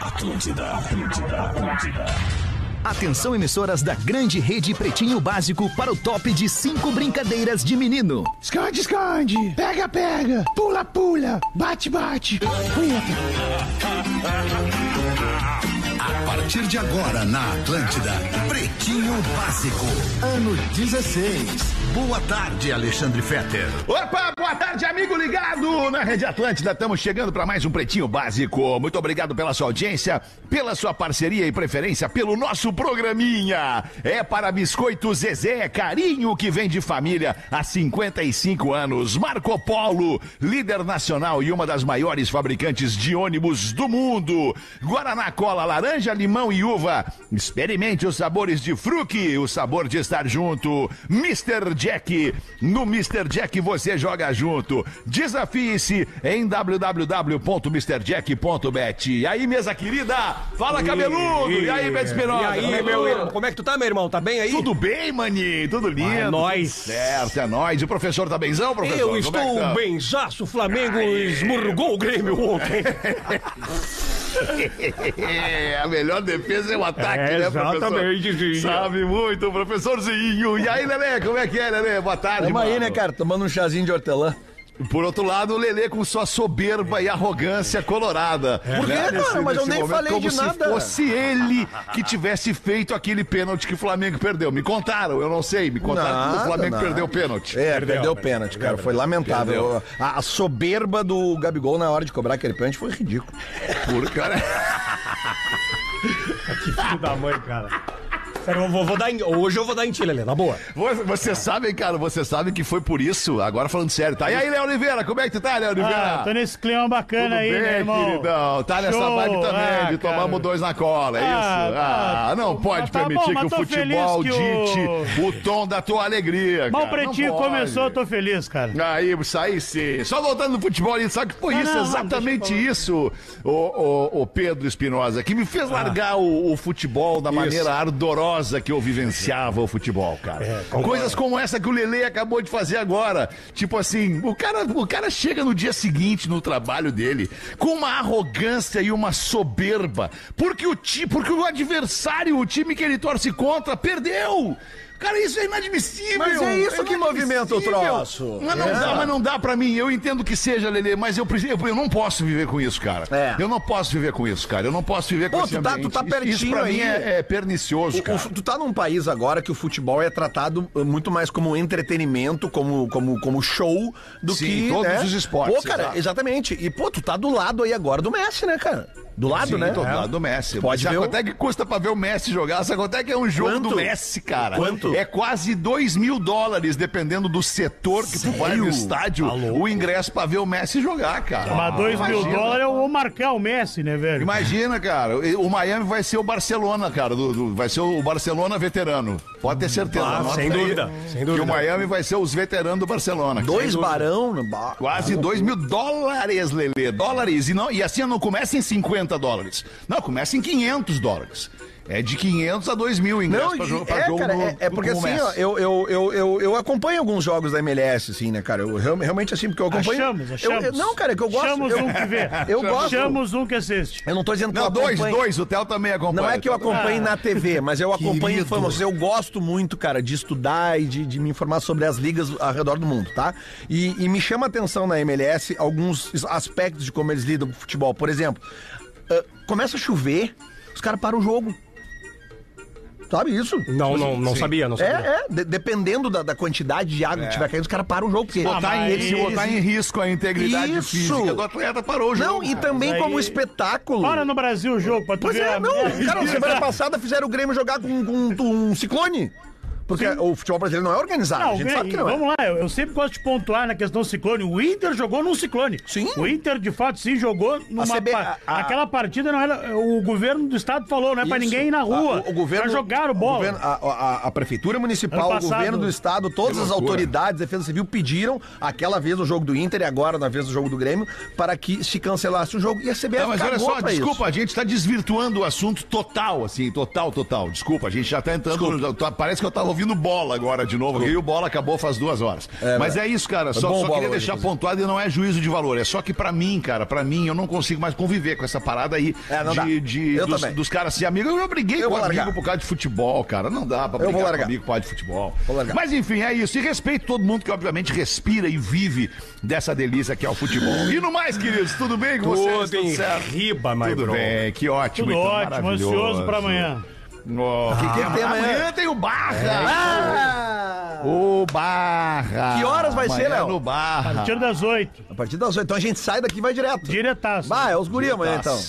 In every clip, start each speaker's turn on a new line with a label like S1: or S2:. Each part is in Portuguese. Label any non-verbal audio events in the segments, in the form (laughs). S1: Atlântida, Atlântida, Atlântida.
S2: Atenção emissoras da grande rede Pretinho Básico para o top de cinco brincadeiras de menino.
S3: Esconde, esconde. Pega, pega. Pula, pula. Bate, bate. Punheta.
S4: A partir de agora na Atlântida, Pretinho Básico, ano 16. Boa tarde, Alexandre Fetter.
S3: Opa, boa tarde, amigo ligado na Rede Atlântida. Estamos chegando para mais um Pretinho Básico. Muito obrigado pela sua audiência, pela sua parceria e preferência pelo nosso programinha. É para Biscoito Zezé, carinho que vem de família há 55 anos. Marco Polo, líder nacional e uma das maiores fabricantes de ônibus do mundo. Guaraná Cola, laranja, limão e uva. Experimente os sabores de fruque, o sabor de estar junto. Mr. Jack, no Mr. Jack você joga junto. Desafie-se em www.mrjack.bet. E aí, mesa querida, fala Tá cabeludo. E aí, Beto Espinosa?
S5: E aí, meu irmão, como é que tu tá, meu irmão? Tá bem aí?
S3: Tudo bem, Mani? Tudo lindo?
S5: É nóis.
S3: Certo, é nóis. E o professor tá benzão, professor?
S5: Eu
S3: Como é que
S5: estou
S3: tá?
S5: benzaço, o Flamengo esmurgou o Grêmio
S3: (laughs)
S5: ontem.
S3: É, a melhor defesa é o ataque,
S5: É,
S3: né, professor?
S5: exatamente, sim.
S3: Sabe muito, professorzinho. E aí, Lelê, como é que é, Lelê? Boa tarde,
S6: Tamo aí,
S3: mano.
S6: né, cara? Tomando um chazinho de hortelã.
S3: Por outro lado, o Lelê com sua soberba e arrogância colorada. Por
S6: quê, cara? Mas eu nem falei
S3: como
S6: de nada.
S3: se fosse ele que tivesse feito aquele pênalti que o Flamengo perdeu. Me contaram, eu não sei. Me contaram que o
S6: Nada,
S3: Flamengo
S6: nada.
S3: perdeu o pênalti.
S6: É, perdeu, o pênalti, cara. Foi lamentável. A, a soberba do Gabigol na hora de cobrar aquele pênalti foi ridículo.
S3: Por cara. (laughs)
S5: Filho da mãe, cara. Sério, eu vou, vou dar em- hoje eu vou dar em ti, Lelê, na boa.
S3: Vo- Vocês sabem, cara, vocês sabem que foi por isso. Agora falando sério, tá? E aí, Léo Oliveira, como é que tu tá, Léo Oliveira?
S7: Ah, tô nesse clima bacana
S3: Tudo
S7: aí,
S3: bem,
S7: meu irmão.
S3: queridão? Tá nessa
S7: Show.
S3: vibe também
S7: Ah,
S3: de
S7: cara.
S3: tomamos dois na cola, é
S7: Ah,
S3: isso? Ah,
S7: tá.
S3: não pode
S7: Mas tá
S3: permitir
S7: bom, mas
S3: que o
S7: tô
S3: futebol
S7: feliz que o-
S3: dite o... tom da tua alegria,
S7: Mal
S3: cara.
S7: pretinho
S3: Não pode.
S7: começou, eu tô feliz, cara.
S3: Aí, isso aí sim. Só voltando no futebol, ali, sabe que foi
S7: Não,
S3: isso,
S7: não, não,
S3: exatamente
S7: deixa eu falar.
S3: isso, o, o- o Pedro Espinosa, que me fez
S6: Ah.
S3: largar o, o futebol da maneira ardorosa que eu vivenciava o futebol, cara.
S6: É,
S3: Coisas como essa que o Lele acabou de fazer agora. Tipo assim, o cara, o cara chega no dia seguinte no trabalho dele com uma arrogância e uma soberba, porque o, ti, porque o adversário, o time que ele torce contra, perdeu. Cara, isso é inadmissível.
S6: Mas é isso que movimenta o
S3: inadmissível.
S6: troço.
S3: Mas não
S6: É.
S3: dá, mas não dá pra mim. Eu entendo que seja, Lelê, mas eu, preciso, eu, eu não posso viver com isso, cara.
S6: É.
S3: Eu não posso viver com isso, cara. Eu não posso viver com
S6: Pô,
S3: esse
S6: tu tá- tu
S3: ambiente.
S6: tá
S3: Isso- Isso
S6: pertinho
S3: pra
S6: aí.
S3: mim é, é pernicioso,
S6: O-
S3: cara.
S6: o- tu tá num país agora que o futebol é tratado uh, muito mais como entretenimento, como, como, como show, do
S3: Sim,
S6: que.
S3: todos
S6: né?
S3: os esportes,
S6: Pô, cara,
S3: exato.
S6: exatamente. E, pô, tu tá do lado aí agora do Messi, né, cara? Do lado,
S3: Sim,
S6: né?
S3: do lado do Messi.
S6: Pode
S3: Sabe
S6: ver o-
S3: quanto é que custa pra ver o Messi jogar? Sabe quanto é que é um jogo
S6: Quanto?
S3: do Messi, cara?
S6: Quanto?
S3: É quase 2 mil dólares, dependendo do setor que tu vai no
S6: Tá
S3: estádio, o ingresso pra ver o Messi jogar, cara.
S6: Ah,
S7: Mas dois mil
S3: Imagina.
S7: dólares eu vou marcar o Messi, né, velho?
S3: Imagina, cara, o Miami vai ser o Barcelona, cara, do- do- vai ser o Barcelona veterano. Pode ter certeza.
S5: Ah,
S3: anota aí
S5: sem dúvida, sem
S3: Que
S5: dúvida.
S3: o Miami vai ser os veteranos do Barcelona.
S6: Dois barão. no ba-
S3: Quase 2 mil dólares, Lelê. Dólares. E, não, e assim não começa em 50 dólares. Não, começa em 500 dólares. É de 500 a 2 mil ingressos
S6: Não,
S3: pra
S6: e-
S3: jogo, pra
S6: é,
S3: jogo
S6: cara,
S3: no-
S6: é, é porque
S3: com o
S6: assim, ó,
S3: Messi.
S6: eu, eu, eu, eu, eu acompanho alguns jogos da MLS, assim, né, cara? Eu real- realmente assim, porque eu acompanho.
S7: Achamos,
S6: eu-
S7: achamos.
S6: eu- não, cara, é que eu gosto.
S7: Achamos
S6: eu,
S7: um que vê.
S6: (laughs) eu gosto.
S7: Achamos um que assiste.
S6: eu não tô dizendo que
S3: Não,
S6: eu
S3: dois,
S6: acompanho-
S3: dois. O Theo também acompanha.
S6: Não é
S7: tá
S6: que eu acompanhe na
S7: (laughs)
S6: TV, mas eu acompanho informações. Eu gosto muito, cara, de estudar e de, de me informar sobre as ligas ao redor do mundo, tá? E, e me chama a atenção na MLS alguns es- aspectos de como eles lidam com o futebol. Por exemplo, ah, começa a chover, os caras param o jogo. Sabe isso?
S5: Não, não, não sabia, não
S6: É,
S5: sabia.
S7: né?
S6: é. de- dependendo da, da quantidade de água
S7: É.
S6: que tiver caindo, os caras param o jogo. Porque
S3: Botar
S7: Ah,
S3: Tá em-
S7: mas
S3: se botar em
S6: eles-
S3: risco a integridade
S6: Isso.
S3: física do atleta, parou o jogo.
S6: Não, e também
S7: Mas aí-
S6: como espetáculo.
S7: Para no Brasil o jogo, pra tu
S6: Pois
S7: ver.
S6: é,
S7: a-
S6: não. Cara, semana passada fizeram o Grêmio jogar com, com- com um ciclone. Porque o futebol brasileiro não é organizado.
S7: Não,
S6: a gente
S7: vem
S6: sabe
S7: aí,
S6: que não é.
S7: vamos lá, eu, eu sempre gosto de pontuar na questão ciclone. O Inter jogou num ciclone.
S6: Sim.
S7: O Inter, de fato, sim, jogou numa.
S6: CB
S7: pa-
S6: a- a-
S7: Aquela partida não era. O governo do estado falou, não é pra
S6: Isso.
S7: ninguém ir na rua.
S6: A- o, o governo,
S7: pra jogar o
S6: o
S7: bola.
S6: governo- a, a- a prefeitura municipal,
S7: Ano
S6: o
S7: passado.
S6: governo do estado, todas as autoridades, defesa civil pediram aquela vez no jogo do Inter e agora na vez do jogo do Grêmio para que se cancelasse o jogo e a CBF
S3: Tá, mas olha
S6: cagou
S3: só,
S6: pra isso.
S3: desculpa, a gente tá desvirtuando o assunto total, assim, total, total. Desculpa, a gente já tá entrando. no- tá- Parece que eu tava ouvindo bola agora de novo. E o bola acabou faz duas horas. Mas é isso, cara. Só,
S6: bom o
S3: só
S6: bola
S3: queria
S6: hoje,
S3: deixar
S6: inclusive.
S3: pontuado e não é juízo de valor. É só que pra mim, cara, pra mim, eu não consigo mais conviver com essa parada aí
S6: É, não
S3: de,
S6: dá.
S3: de-
S6: Eu
S3: dos,
S6: também.
S3: dos caras ser amigos. Eu já briguei
S6: Eu
S3: com
S6: vou
S3: amigo
S6: largar.
S3: por causa de futebol, cara. Não dá pra
S6: Eu vou
S3: brigar com
S6: largar.
S3: amigo por causa de futebol.
S6: Vou largar.
S3: Mas enfim, é isso. E respeito todo mundo que, obviamente, respira e vive dessa delícia que é o futebol. E no mais, queridos, tudo bem com vocês?
S5: Tudo em riba, my
S3: Tudo
S5: bro.
S3: bem, que ótimo.
S7: Tudo
S3: então,
S7: ótimo,
S3: maravilhoso.
S7: ansioso pra amanhã.
S3: Ó, que que tem amanhã? tem o Barra.
S6: Ah!
S3: O Barra.
S6: Que horas vai
S3: Amanhã
S6: ser, Léo?
S3: No Barra.
S7: Tiro das oito,
S6: A partir das 8, então a gente sai daqui e vai direto.
S7: diretaço.
S6: Bah, é os guri amanhã, então.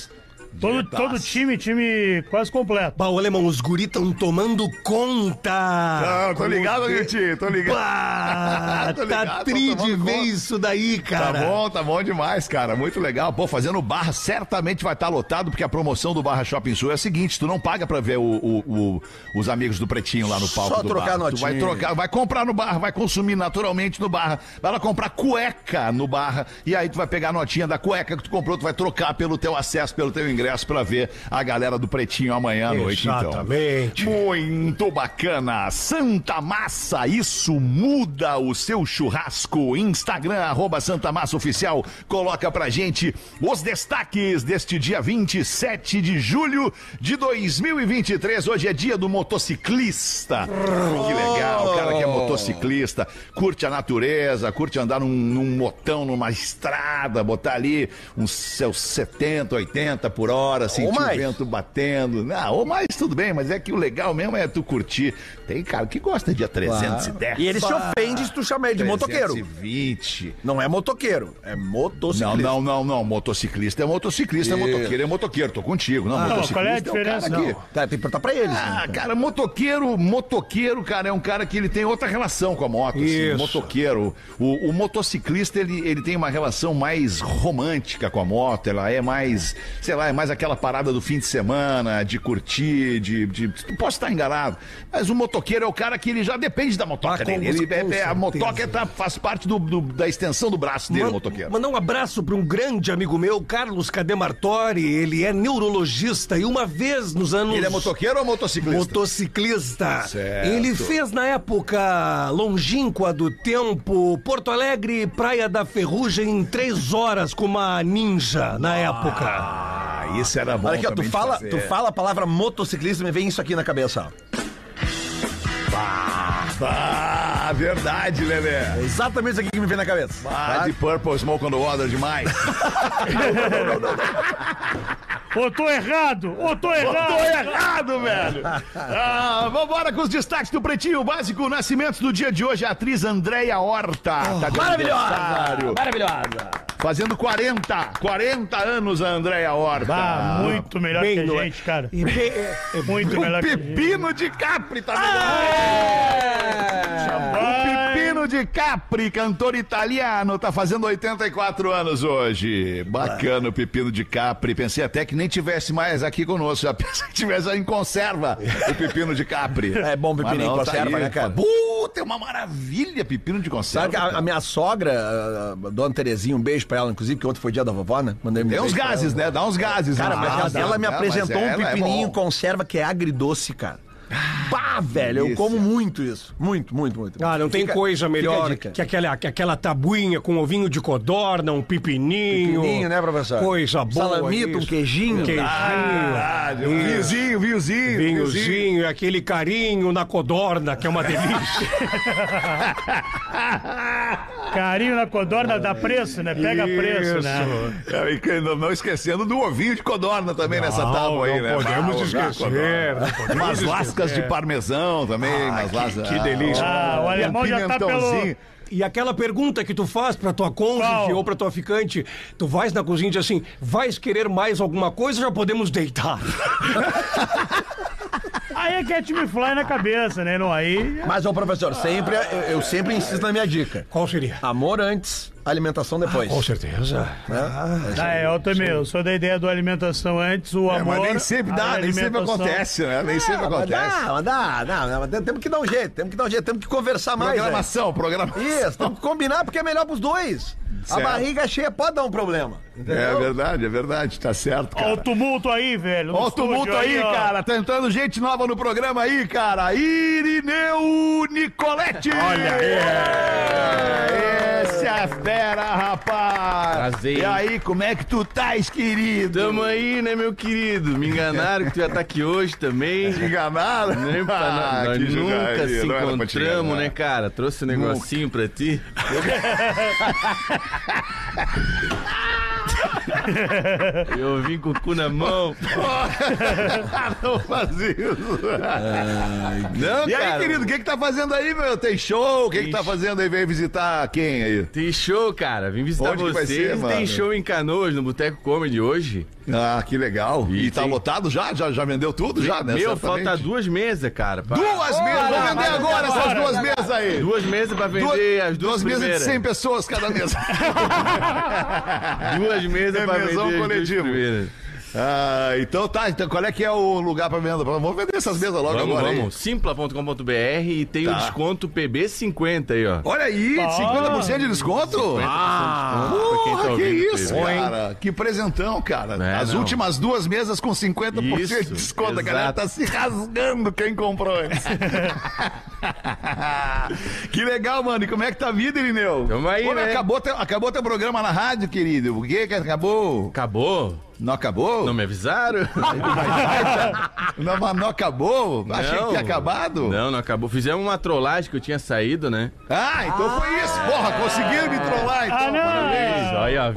S7: todo, todo time, time quase completo.
S5: Bah, ô, alemão, os guri estão tomando conta.
S3: Ah, tô ligado, gente. Tô ligado.
S5: Bah,
S3: (laughs) Tô ligado,
S5: tá
S3: tô
S5: tri de
S3: tomando
S5: ver
S3: conta.
S5: isso daí,
S3: Tá
S5: cara.
S3: bom, tá bom demais, cara. Muito legal. Pô, fazendo barra certamente vai estar lotado, porque a promoção do Barra Shopping Sul é a seguinte: tu não paga pra ver o- o- o- os amigos do Pretinho lá no palco.
S6: Só
S3: do
S6: trocar
S3: barra. Tu vai
S6: notinha.
S3: trocar, vai comprar no barra, vai consumir naturalmente no barra. Vai lá comprar cueca no barra. E aí tu vai pegar a notinha da cueca que tu comprou, tu vai trocar pelo teu acesso, pelo teu ingresso pra ver a galera do Pretinho amanhã à noite, então.
S5: Exatamente.
S3: Muito bacana. Santa Massa, isso muda o seu churrasco. Instagram, arroba Santa Massa Oficial, coloca pra gente os destaques deste dia 27 de julho de 2023. Hoje é dia do motociclista. Que legal, o cara
S6: Oh.
S3: que é motociclista, curte a natureza, curte andar num, num motão, numa estrada, botar ali um uns seus 70, 80 por hora, sentir o
S6: mais.
S3: vento batendo. Não, ou mais tudo bem, mas é que o legal mesmo é tu curtir. Tem cara que gosta de a 310.
S6: E ele se ofende se tu chamar ele de motoqueiro.
S3: 320.
S6: Não é motoqueiro, é
S3: Não,
S6: motociclista.
S3: não, não, não. Motociclista é motociclista, motoqueiro é motoqueiro. Tô contigo. Não, motociclista
S7: qual é a
S3: o
S7: diferença?
S3: cara que-
S7: Não.
S6: Tá, tem que perguntar pra eles. né?
S3: Ah, cara, motoqueiro, motoqueiro, cara, é um cara que ele tem outra relação com a moto. Assim,
S5: Isso.
S3: motoqueiro. O, o motociclista, ele, ele tem uma relação mais romântica com a moto. Ela é mais, sei lá, é mais aquela parada do fim de semana, de curtir, de. de tu posso estar enganado. Mas o motoqueiro é o cara que ele já depende da motoca
S5: Ah, com-
S3: dele. Ele-
S5: com
S3: é- é-
S5: certeza.
S3: a motoca tá- faz parte do- do- da extensão do braço dele,
S5: Man-
S3: o motoqueiro.
S5: Mandar um abraço para um grande amigo meu, Carlos Cademartori. Ele é neurologista e uma vez nos anos.
S3: Ele é motoqueiro ou motociclista?
S5: Motociclista.
S3: Certo.
S5: Ele fez na época longínqua do tempo Porto Alegre, Praia da Ferrugem, em três horas com uma ninja na época.
S3: Ah, isso era bom.
S6: Olha aqui, ó, tu
S3: também de
S6: fala,
S3: fazer.
S6: tu fala a palavra motociclista, me vem isso aqui na cabeça. ó.
S3: Ah, verdade, Lelê.
S6: É exatamente isso aqui que me vem na cabeça. Tá?
S3: Ah, de Purple Smoke on the Water (laughs) demais.
S7: Ou tô errado, ou tô errado.
S3: Tô errado, velho. Ah, vambora com os destaques do Pretinho Básico. O nascimento do dia de hoje, a atriz Andréia Horta. tá de aniversário.
S5: Maravilhosa.
S3: Fazendo 40, 40 anos a Andréia Horta.
S7: Ah, muito melhor que a gente, cara.
S3: é,
S5: E bem-
S7: (laughs) Muito melhor
S3: o
S7: que a gente.
S3: Um Pepino de Capri tá melhor. O Pepino de Capri, cantor italiano, tá fazendo 84 anos hoje. Bacana o Pepino de Capri. Pensei até que nem tivesse mais aqui conosco. Já (laughs) pensei que tivesse em conserva o Pepino de Capri.
S6: É bom pepino
S3: Mas
S6: em
S3: tá
S6: conserva,
S3: aí.
S6: né, cara?
S3: Puta, é uma maravilha pepino de conserva.
S6: Sabe que a, a
S3: cara.
S6: minha sogra, a- a dona Terezinha, um beijo pra ela, inclusive, que ontem foi dia da vovó, né? Mandei um
S3: Tem uns
S6: beijo pra ela.
S3: gases, né? Dá uns gases.
S6: Cara,
S3: né?
S6: mas
S3: Ah,
S6: ela,
S3: dá,
S6: ela me
S3: dá,
S6: apresentou
S3: mas
S6: um
S3: ela é
S6: pepininho
S3: bom. Ah,
S6: conserva que é agridoce, cara. Pá, velho, eu
S3: delícia.
S6: como muito isso. Muito, muito, muito.
S5: Ah, não tem
S6: Fica-
S5: coisa
S6: fica a
S5: melhor
S6: dica.
S5: que aquela, que aquela tabuinha com ovinho de codorna, um pepininho.
S6: Pepininho, né, professor?
S5: Coisa boa.
S6: Salamito, um
S5: isso.
S6: queijinho.
S5: Um queijinho. Ah.
S3: Verdade, um vinhozinho, vinhozinho.
S5: Vinhozinho, e aquele carinho na codorna, que é uma delícia.
S7: Carinho na codorna dá preço, né? Pega preço, né?
S3: É, e que- não, não esquecendo do ovinho de codorna também nessa tábua aí,
S5: não
S3: né?
S5: podemos
S3: ovinho de
S5: esquecer,
S3: codorna.
S5: não podemos
S3: Umas lascas de parmesão também. umas lascas,
S5: que delícia.
S7: Ah, o
S3: e
S7: alemão já tá pelo-
S3: pimentãozinho. É,
S5: E aquela pergunta que tu faz pra tua cônjuge
S7: Qual?
S5: ou pra tua ficante, tu vais na cozinha e diz assim, vais querer mais alguma coisa ou já podemos deitar?
S7: Aí é cat me fly na cabeça, né? Não, aí.
S6: Mas, ô professor, sempre, eu, eu sempre insisto na minha dica.
S5: Qual seria?
S6: Amor antes, alimentação depois. Né?
S5: Com certeza.
S7: Ah, é, eu também. Eu sou da ideia do alimentação antes, o
S3: Tá É,
S7: amor.
S3: mas nem sempre dá,
S7: a
S3: nem sempre
S7: alimentação.
S3: acontece, né? Nem sempre
S6: Ah, mas
S3: acontece.
S6: dá, mas dá, dá, dá, mas tem- temos que dar um jeito, temos que dar um jeito, temos que conversar mais.
S3: Programação, programação.
S6: velho. Isso, temos que combinar porque é melhor pros dois. A barriga cheia pode dar um problema.
S3: (laughs) É verdade, é verdade, tá certo,
S7: Ó o
S3: cara.
S7: tumulto aí, velho. no
S3: Ó o
S7: Um estúdio
S3: tumulto aí,
S7: ó.
S3: cara. Tá entrando gente nova no programa aí, cara. Irineu Nicoletti. Olha aí. Esse é fera, rapaz.
S8: Prazer.
S3: E aí, como é que tu estás, querido?
S8: Tamo aí, né, meu querido? Me enganaram que tu ia estar aqui hoje
S3: (laughs)
S8: também.
S3: Te enganaram?
S8: (laughs) Nem pra
S3: Ah,
S8: nada. Nós
S3: que
S8: nunca
S3: judiaria,
S8: se
S3: não era pra te
S8: encontramos,
S3: enganar. (laughs)
S8: né, cara? Trouxe um negocinho pra ti. Eu vim com o cu na mão.
S3: Ah, Não faz isso.
S8: Não,
S3: E aí,
S8: cara.
S3: querido, o que que tá fazendo aí, meu? Tem show? O que que tá
S8: Ixi.
S3: fazendo aí? Vem visitar quem aí?
S8: Tem show, cara. Vim visitar
S3: Onde que vai
S8: vocês.
S3: ser, mano?
S8: tem show em Canoas, no Boteco Comedy hoje.
S3: Ah, que legal. E,
S8: E
S3: tá
S8: tem-
S3: lotado já? Já, já vendeu tudo? Já, né?
S8: Meu,
S3: Certamente.
S8: falta duas mesas, cara. pra-
S3: Duas mesas, vou vender agora essas duas mesas aí.
S8: Duas mesas pra
S3: Duas-
S8: vender as duas,
S3: duas mesas
S8: primeiras.
S3: de 100 pessoas cada mesa.
S8: Duas mesas
S3: É
S8: pra vender
S3: mesão
S8: as duas
S3: coletivo.
S8: primeiras.
S3: (laughs) Ah, então tá, então qual é que é o lugar pra venda? Vamos vender essas mesas logo
S8: Vamos,
S3: agora aí.
S8: vamos. Simpla.com.br e tem
S3: Tá.
S8: o desconto PB50 aí, ó.
S3: Olha aí, 50% de desconto?
S8: Ah,
S3: Porra, que isso,
S8: PB.
S3: cara. Que presentão, cara.
S8: É,
S3: As
S8: não.
S3: últimas duas mesas com 50% de
S8: Isso,
S3: desconto. A galera
S8: exato.
S3: tá se rasgando quem comprou isso. (laughs) que legal, mano. E como é que tá a vida, Irineu?
S8: Tamo aí,
S3: Pô,
S8: né?
S3: acabou, teu, acabou teu programa na rádio, querido. Por que que acabou?
S8: Acabou?
S3: Não acabou?
S8: Não me avisaram?
S3: Não, mas não acabou? (laughs) Achei que
S8: Não.
S3: tinha acabado.
S8: Não, não acabou. Fizemos uma trollagem que eu tinha saído, né?
S3: Ah, então foi isso. Porra, conseguiram me trollar, então.
S7: Ah, não.
S3: Parabéns.
S8: Olha, aí, ó,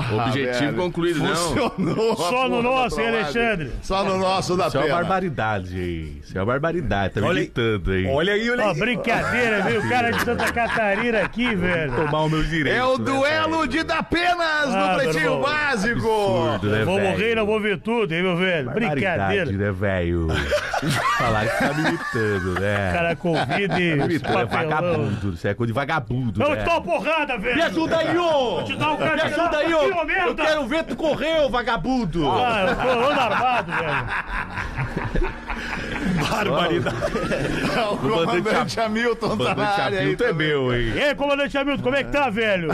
S8: viu?
S3: Porra,
S8: Objetivo
S3: velho.
S8: concluído, não.
S3: Funcionou. a
S7: Só
S3: porra
S7: no
S3: da
S7: nosso, hein,
S3: trollagem.
S7: Alexandre?
S3: Só no nosso da
S8: Isso é uma
S3: pena.
S8: barbaridade, hein? Isso é uma barbaridade. Tá me gritando aí.
S6: Olha aí, olha
S7: Ó,
S6: aí.
S7: brincadeira, viu? O cara de Santa Catarina aqui, velho.
S8: Tomar o meu direito.
S3: É o
S8: né,
S3: duelo de Dapenas
S7: Ah,
S3: no Pretinho
S7: meu irmão.
S3: Básico.
S8: Absurdo, né,
S7: Vou
S8: velho?
S7: morrer, não vou ver tudo, hein, meu velho?
S8: Barbaridade,
S7: Brincadeira.
S8: né, velho? (laughs) Falar que tá me gritando, né?
S7: O cara
S8: (laughs)
S7: convide
S8: Me
S7: esse
S8: gritando, é
S7: papelão.
S8: vagabundo. Isso é coisa de vagabundo,
S7: Eu
S8: né?
S7: te dou uma porrada, velho.
S8: Me ajuda aí, ô!
S7: Vou te dar um cara
S8: Me ajuda aí, ô! Eu
S7: merda.
S8: quero ver tu correr, ô vagabundo!
S7: Ah, eu tô todo armado, velho.
S3: É O comandante Hamilton tá na área aí
S8: Capilto é
S3: também.
S8: meu, hein?
S7: E aí, comandante Hamilton, como é que tá, velho?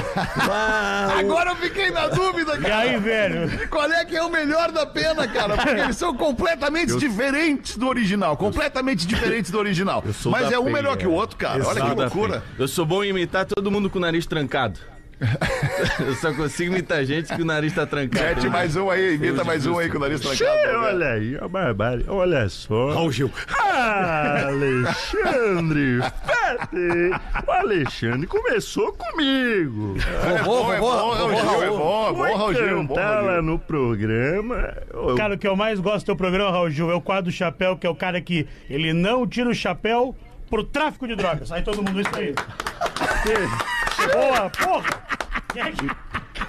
S3: Agora eu fiquei na
S8: (laughs)
S3: dúvida,
S7: E
S3: cara.
S7: aí, velho?
S3: Qual é que é o melhor da pena, cara? Porque eles são completamente diferentes do original. Completamente diferentes do original.
S8: sou
S3: Mas
S8: da
S3: é um
S8: Penha.
S3: melhor que o outro, cara. Olha que
S8: Nada
S3: loucura.
S8: feio. Eu sou bom em imitar todo mundo com o nariz trancado. (laughs) Eu só consigo imitar gente que o nariz tá trancado.
S3: Mete mais um aí, imita mais um aí com o nariz trancado.
S7: Olha aí, a barbárie. Olha só.
S6: Raul Gil.
S7: Alexandre, o Alexandre começou comigo.
S6: Vovô,
S3: É bom, é
S6: vovô,
S3: bom, Raul Gil, é bom, é bom, Raul Gil, é bom, Raul Gil.
S7: no programa. Cara, o que eu mais gosto do teu programa, Raul Gil, é o quadro do chapéu, que é o cara que ele não tira o chapéu pro tráfico de drogas. Aí todo mundo, isso aí. Boa, porra! Quem é que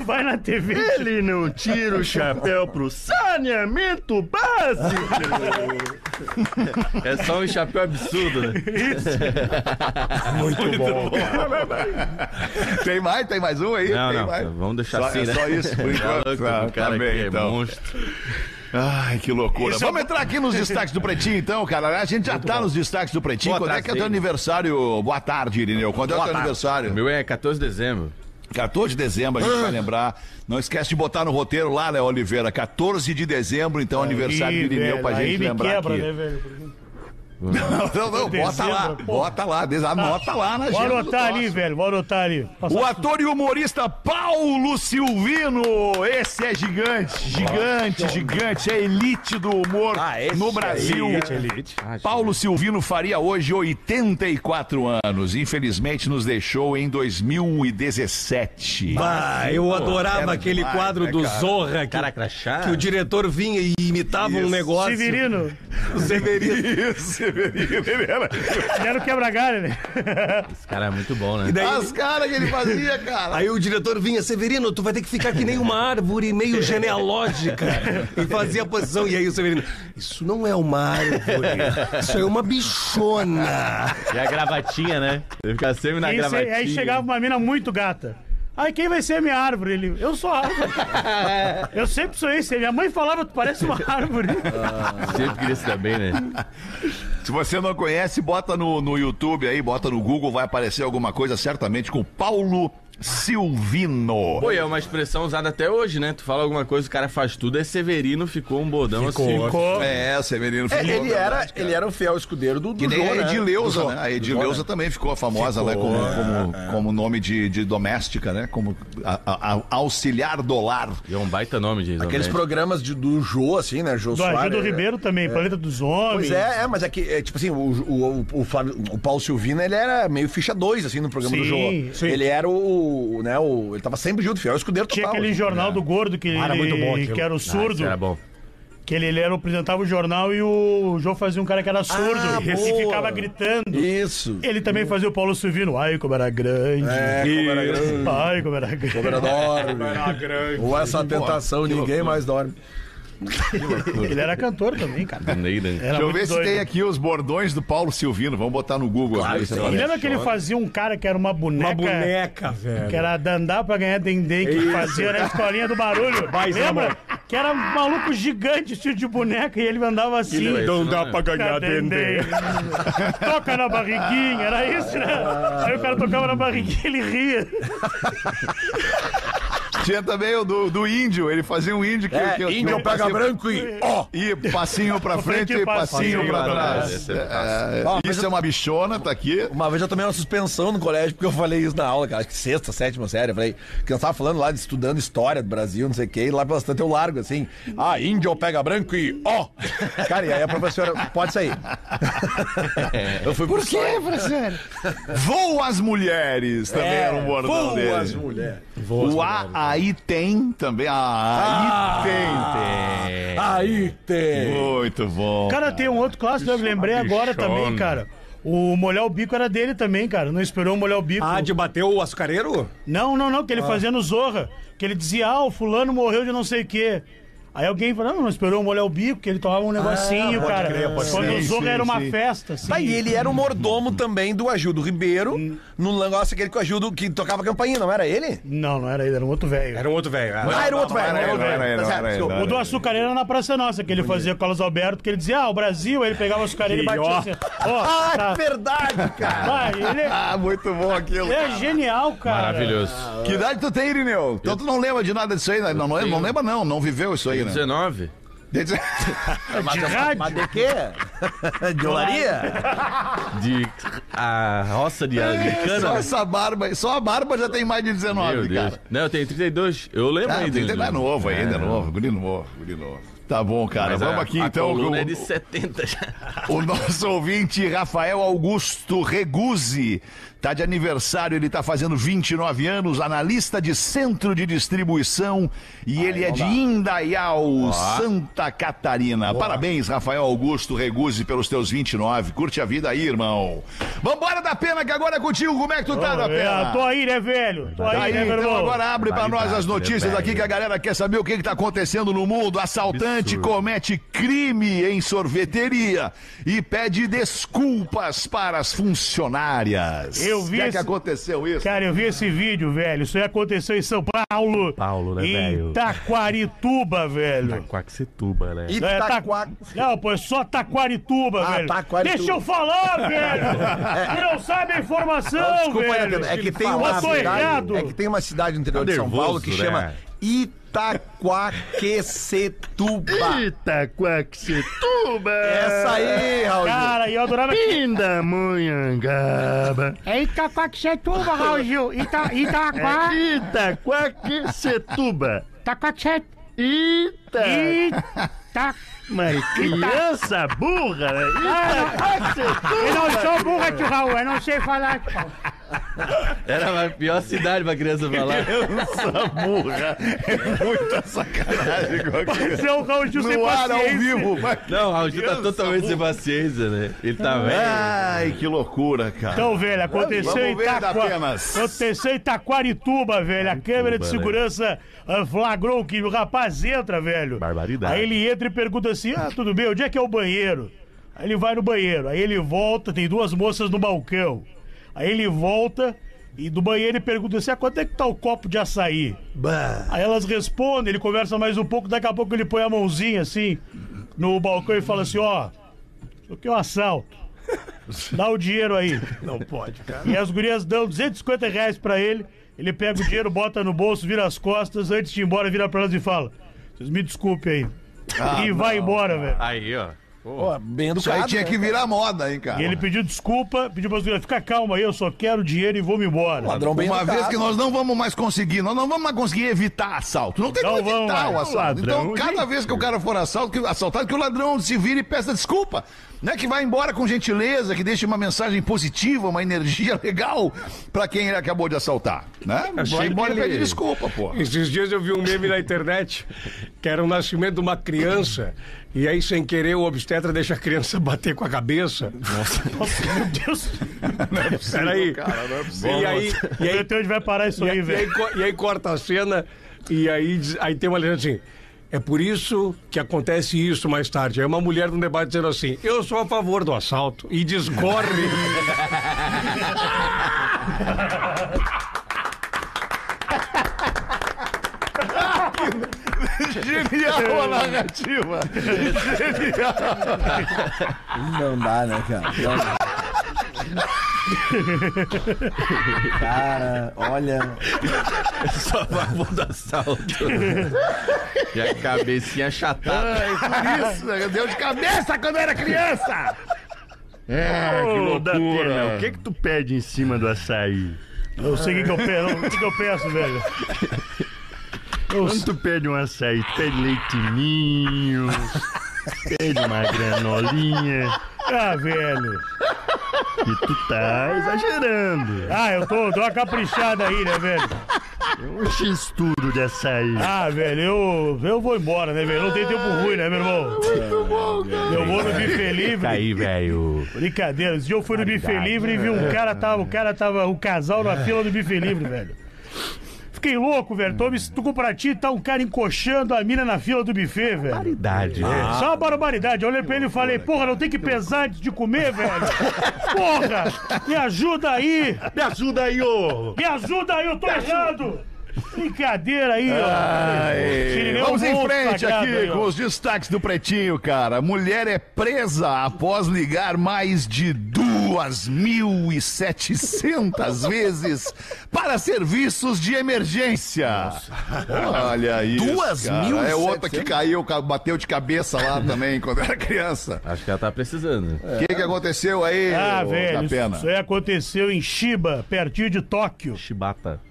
S7: Vai na TV.
S9: Ele não tira o chapéu pro saneamento básico.
S8: É só um chapéu absurdo,
S3: (laughs)
S8: né?
S3: Tem mais? Tem mais um aí?
S8: Não,
S3: Tem
S8: não.
S3: mais?
S8: Vamos deixar
S3: Só-
S8: assim,
S3: é
S8: né?
S3: só isso, por enquanto.
S8: (laughs) Tá louco,
S3: Tá,
S8: o cara
S3: tá bem,
S8: aqui é
S3: então.
S8: monstro. é
S3: Ai, que loucura. Vamos entrar aqui nos destaques do Pretinho, então, cara. A gente já tá nos destaques do Pretinho.
S8: Boa
S3: Quando é
S8: tarde,
S3: que é teu
S8: David.
S3: aniversário? Boa tarde, Irineu. Quando é o teu aniversário?
S8: O meu é 14 de dezembro.
S3: 14 de dezembro, a gente
S7: Ah.
S3: vai lembrar. Não esquece de botar no roteiro lá, né, Oliveira? 14 de dezembro, então, aniversário
S7: Ih,
S3: do Irineu
S7: velho,
S3: pra
S7: aí
S3: gente
S7: me
S3: lembrar (laughs)
S7: quebra,
S3: aqui.
S7: né, velho?
S3: Não, não, não, bota
S7: Dezembro,
S3: lá,
S7: pô.
S3: bota lá, des- anota lá na
S7: Vou
S3: agenda. do
S7: anotar ali,
S3: troço.
S7: velho, vou anotar ali. Nossa,
S3: O ator e humorista Paulo Silvino, esse é gigante, gigante, gigante, é elite do humor
S7: Ah, é
S3: no Brasil. Paulo Silvino faria hoje 84 anos, infelizmente nos deixou em 2017.
S5: Bah, eu adorava aquele
S3: demais,
S5: quadro
S3: né,
S5: do
S3: cara?
S5: Zorra que,
S8: Cara crachá?
S5: que o diretor vinha e imitava um negócio.
S7: Severino,
S3: Isso, ele era-
S7: deram quebra-galho, né?
S8: Esse cara é muito
S3: (laughs)
S8: bom, né?
S5: E daí-
S3: As caras que ele fazia, cara.
S5: Aí o diretor vinha, Severino, tu vai ter que ficar que nem uma árvore meio genealógica. E fazia a posição. E aí o Severino, isso não é uma árvore, isso é uma bichona.
S8: E a gravatinha, né? Ele fica sempre na
S7: Aí, cê-
S8: gravatinha.
S7: aí chegava uma mina muito gata. Aí quem vai ser a minha árvore? Ele, eu sou a árvore. eu sempre sou esse. Minha mãe falava, tu parece uma árvore. um-
S8: Sempre queria se dar bem, né?
S3: (laughs) Se você não conhece, bota no, no YouTube aí, bota no Google, vai aparecer alguma coisa certamente com Paulo Silvino.
S8: Pô, e é uma expressão usada até hoje, né? Tu fala alguma coisa, o cara faz tudo, é Severino, ficou um bodão assim.
S7: Ficou.
S3: É, Severino
S6: É,
S3: Filho.
S6: ele, era, ele era o fiel escudeiro do, do
S3: Que nem
S6: Jô,
S3: a
S6: né?
S3: Edileuza,
S6: Do Jô.
S3: né? A Edileuza também ficou é, famosa lá como, como, como nome de, de doméstica, né? Como a- a- a- auxiliar do lar.
S7: Tá
S8: E é um baita nome, Jason.
S6: Aqueles
S8: Mendes.
S6: programas de, do Jô, assim, né? Jô
S7: Do
S6: Soares.
S7: Ajuda Ribeiro também, Planeta dos Homens.
S6: Pois é, é, mas é que, é, tipo assim, o, o, o, o Flávio- o Paulo Silvino, ele era meio ficha 2, assim, no programa do
S7: Sim,
S6: Jô.
S7: sim.
S6: Ele era o, o, né, o... Ele tava sempre junto, fiel escudeiro
S7: Tinha
S6: total.
S7: aquele
S6: assim.
S7: jornal do gordo que
S10: Era
S7: ele,
S10: muito bom aquilo.
S7: que era o
S8: Ah,
S7: surdo.
S8: isso era bom.
S7: que ele, ele era, apresentava o jornal e o João fazia um cara que era surdo
S6: Ah,
S7: e
S6: boa.
S7: ficava gritando.
S6: Isso.
S7: Ele também fazia o Paulo Silvino. Ai, como era grande.
S6: É, como era grande.
S7: Ai, como era grande.
S6: Como
S3: (laughs)
S6: era dorme.
S3: é
S6: Ou essa tentação, ninguém mais dorme.
S7: Ele era cantor também,
S3: É,
S7: cara.
S8: Neira.
S7: Era
S3: Deixa eu
S7: muito
S3: ver se
S7: doido.
S3: tem aqui os bordões do Paulo Silvino. Vamos botar no Google. Claro,
S7: E lembra que ele fazia um cara que era uma boneca?
S10: Uma boneca, velho.
S7: Que era dandar pra ganhar dendê, que fazia na escolinha do barulho.
S10: Vai,
S7: Lembra?
S10: Zamora.
S7: Que era um maluco gigante, estilo de boneca, e ele andava assim.
S8: Ele era
S10: Não
S8: Isso
S10: dá
S8: não é.
S10: pra ganhar
S7: Dendê.
S10: dendê.
S7: Toca na barriguinha, era isso, né? Aí o cara tocava na barriguinha e ele ria.
S3: Tinha também o do, do índio. Ele fazia um índio que. que-
S6: É,
S3: que-
S6: índio
S3: que-
S6: pega
S3: que-
S6: branco e (laughs) ó.
S3: E passinho pra frente e passinho pra trás.
S8: Esse é
S3: É, isso é uma bichona, tá aqui.
S6: Uma vez eu tomei uma suspensão no colégio porque eu falei isso na aula, cara. Acho que sexta, sétima série. Eu falei que eu tava falando lá de estudando história do Brasil, não sei o quê. E lá pelas tantas eu largo assim. Ah, índio pega branco e ó. (laughs) Cara, e aí a professora, pode sair. Eu fui Por quê, professora?
S3: (laughs) Voa as mulheres também era um bordão
S6: Voa
S3: dele.
S6: as mulheres.
S3: O A aí tem também. ah, A aí
S10: É.
S6: Aí
S3: tem.
S6: tem.
S3: Muito bom.
S7: Cara, tem um outro clássico, eu lembrei agora
S8: bichona.
S7: também, cara. O molhar o bico era dele também, cara. Não esperou molhar o bico.
S10: Ah, de bater o açucareiro?
S7: Não, não, não, que ele fazia no Zorra. Que ele dizia, ah, o fulano morreu de não sei o quê. Aí alguém falou, não, não esperou molhar o bico, que ele tomava um negocinho,
S10: Ah, pode
S7: cara.
S10: crer, pode
S7: Quando
S10: crer.
S7: o Zorra era uma festa, assim.
S6: Tá, e ele era o mordomo também do Ajudo Ribeiro,
S3: Hum.
S6: no negócio aquele que o Ajudo que tocava campainha, não era ele?
S7: Não, não era ele, era um outro velho.
S10: Era né? um outro velho. era.
S6: Ah, era outro velho.
S3: era
S6: era
S3: ele,
S6: outro
S3: era
S6: velho. Tá
S3: ele, era
S6: certo,
S3: ele,
S6: desculpa.
S3: era
S7: O do açucareiro era na Praça Nossa, que ele fazia com o Carlos Alberto, que ele dizia, ah, o Brasil, aí ele pegava o açucareiro e
S10: Que
S7: batia
S10: ó.
S7: assim. Ó,
S6: Ah,
S7: tá.
S6: é verdade, cara.
S7: Vai, ele é,
S3: Ah, (laughs) muito bom aquilo.
S7: ele é genial, cara.
S8: Maravilhoso.
S3: Que idade tu tem, Irineu? Então tu não lembra de nada disso aí, né? Não, não, não lembra, não. Não viveu isso aí, né?
S8: 19?
S3: (laughs)
S7: De rádio.
S6: é De quê? De olaria?
S8: De a roça de
S3: É, Só
S8: americana.
S3: essa barba, só a barba já tem mais de
S8: Meu
S3: 19,
S8: Deus.
S3: cara.
S8: Não, eu tenho 32. Eu lembro
S3: Ah,
S8: ainda. né?
S3: tem, tem, é novo ainda, é novo, guri novo, guri novo. Tá bom, cara.
S8: Mas
S3: Vamos
S8: a-
S3: aqui
S8: a
S3: então.
S8: coluna
S3: com-
S8: é de 70 já.
S3: O nosso ouvinte, Rafael Augusto Reguzzi, tá de aniversário, ele tá fazendo 29 anos, analista de centro de distribuição e ele é de Indaial, Santa Catarina. Parabéns, Rafael Augusto Reguzzi, pelos teus 29. Curte a vida aí, irmão. Vambora da pena, que agora é contigo. Como é que tu tá, da
S7: É, tô
S3: pena?
S7: aí, né, velho? Tô
S3: Tá
S7: aí,
S3: aí,
S7: né, meu
S3: então
S7: irmão?
S3: agora abre pra nós as
S8: Barbaridade,
S3: notícias
S8: né,
S3: aqui que a galera quer saber o que que tá acontecendo no mundo. Assaltante comete crime em sorveteria e pede desculpas para as funcionárias.
S7: Eu vi
S3: que é que
S7: esse-
S3: aconteceu isso?
S7: Cara, eu vi esse vídeo, velho. Isso aí aconteceu em São Paulo.
S8: Paulo, né,
S7: em
S8: velho?
S7: Taquarituba,
S3: É
S7: velho.
S8: Quaxetuba, né?
S7: Não, é Ta-
S6: Itaquá.
S7: Não, pô, é só Taquarituba,
S6: Tá Ah,
S7: velho.
S6: Taquarituba.
S7: Deixa eu falar, velho.
S6: (laughs)
S7: Tu não sabe a informação,
S6: Desculpa,
S7: velho.
S6: é que tem
S7: Botou
S6: uma cidade,
S7: errado.
S6: é que tem uma cidade no interior
S8: Tá
S6: de São
S8: nervoso,
S6: Paulo que
S8: né?
S6: chama Itaquaquecetuba.
S9: Itaquaquecetuba!
S6: Essa aí, Raul.
S7: Cara, e eu adorava...
S9: Pindamonhangaba!
S7: É Itaquaquecetuba, Raul Gil. (laughs) Ita, Itaquá...
S9: Itaquaquecetuba!
S7: Taquacet...
S9: Ita!
S7: Ita...
S9: Mas criança burra! né?
S7: Eu não sou burra, tio Raul. Eu não sei falar, tio Raul.
S8: Era a tá pior cidade pra criança falar.
S3: Muita sacanagem
S7: (laughs)
S3: com aquilo.
S7: Seu Raul Gil sem
S3: né, No ar ao
S7: paciência.
S3: vivo. mas-
S8: Não, o Raul Gil tá
S3: Criança
S8: totalmente sem paciência, né? Ele tá
S3: É.
S8: velho.
S3: Ai, que loucura, cara.
S7: Então, velho, aconteceu em
S3: Tá. Vamos ver da
S7: Itaqua...
S3: Penas.
S7: Aconteceu em Itaquarituba, velho. A câmera de
S8: né?
S7: segurança ah, flagrou que o rapaz entra, velho.
S8: Barbaridade.
S7: Aí ele entra e pergunta assim: Ah, tudo bem, onde é que é o banheiro? Aí ele vai no banheiro, aí ele volta, tem duas moças no balcão. Aí ele volta e do banheiro ele pergunta assim: ah, quanto é que tá o copo de açaí? Aí elas respondem, ele conversa mais um pouco, daqui a pouco ele põe a mãozinha assim no balcão e fala assim: ó, isso aqui é um assalto. Dá o dinheiro aí. Não pode, cara. E as gurias dão 250 reais pra ele. Ele pega o dinheiro, bota no bolso, vira as costas, antes de ir embora, vira pra nós e fala: Vocês me desculpem aí. e vai embora, velho.
S8: Aí, ó. Pô,
S10: Ah,
S6: Bem
S3: Isso aí
S6: educado,
S3: tinha
S6: né?
S3: que virar moda, hein, cara.
S7: E ele pediu desculpa, pediu pra segurança, fica calma aí, eu só quero dinheiro e vou-me embora.
S6: Padrão bem
S3: Tá Uma
S6: educado.
S3: vez que nós não vamos mais conseguir, nós não vamos mais conseguir evitar assalto. Não tem
S7: Não
S3: como
S7: vamos
S3: evitar
S7: mais.
S3: o assalto.
S7: Ladrão,
S3: então, cada vez que o cara for assalto, que- assaltado, que o ladrão se vire e peça desculpa. Não é que vai embora com gentileza, que deixe uma mensagem positiva, uma energia (laughs) legal pra quem ele acabou de assaltar. Né? Vai embora e
S10: que ele-
S3: pede desculpa,
S5: (laughs)
S3: pô.
S10: Esses dias eu vi um meme na internet que era o nascimento de uma criança e aí, sem querer, o obstetra deixa a criança bater com a cabeça.
S7: Nossa, meu Deus.
S10: Peraí. E aí, e
S7: E aí,
S10: aí,
S7: até onde vai parar isso
S10: e
S7: aí,
S10: aí,
S7: velho?
S10: co- e aí corta a cena e aí, diz- aí tem uma legenda assim. É por isso que acontece isso mais tarde. Aí uma mulher no debate dizendo assim: Eu sou a favor do assalto. E discorre.
S3: Genial a narrativa.
S6: Não dá, né, cara? Não dá. cara, olha.
S8: só vagabundo do assalto.
S3: (laughs)
S8: e a cabecinha achatada.
S3: Isso, né? deu de cabeça quando era criança.
S9: Ah, que
S7: Ô, da
S9: loucura. né? O que que tu pede em cima do açaí?
S7: Eu sei o que, que eu peço, o que, que eu peço, velho.
S9: Quando tu pede um açaí, tu pede leite ninho, pede uma granolinha
S7: Ah, velho.
S9: e tu tá exagerando.
S7: Ah, eu tô, tô uma caprichada aí, né, velho?
S9: Um x-tudo de açaí.
S7: Ah, velho, eu, eu vou embora, né, velho? Não tem tempo ruim, né, meu irmão? Muito bom, cara. Eu vou no bife livre.
S9: Aí, velho.
S7: Brincadeira, esse dia eu fui no bife livre e vi um cara tava, o cara tava, um casal na fila do bife livre, velho. Fiquei louco, velho. Tô me estuco pra ti, tá um cara encoxando a mina na fila do buffet, velho.
S9: Idade.
S3: Ah.
S7: Só uma barbaridade. Eu olhei pra ele e falei, porra, não tem que pesar antes de
S3: (laughs)
S7: comer, velho. Porra, me ajuda aí.
S9: Me ajuda aí, ô!
S7: Me ajuda aí, eu tô errado. Brincadeira aí, ó. Tirei
S3: Ai,
S7: um
S3: vamos em
S7: monstro
S3: frente
S7: sagrado
S3: aqui
S7: aí, ó.
S3: com os destaques do Pretinho, cara. Mulher é presa após ligar mais de
S7: (laughs)
S3: 2.700 vezes para serviços de emergência. Olha isso, cara. É outra que caiu, ca- bateu de cabeça
S7: (laughs)
S3: lá também quando era criança.
S8: Acho que ela tá precisando.
S3: O que, que aconteceu aí,
S7: É. Ah,
S3: ô,
S7: velho,
S3: Capena?
S7: isso aí aconteceu em Shiba, pertinho de Tóquio.
S8: Chibata.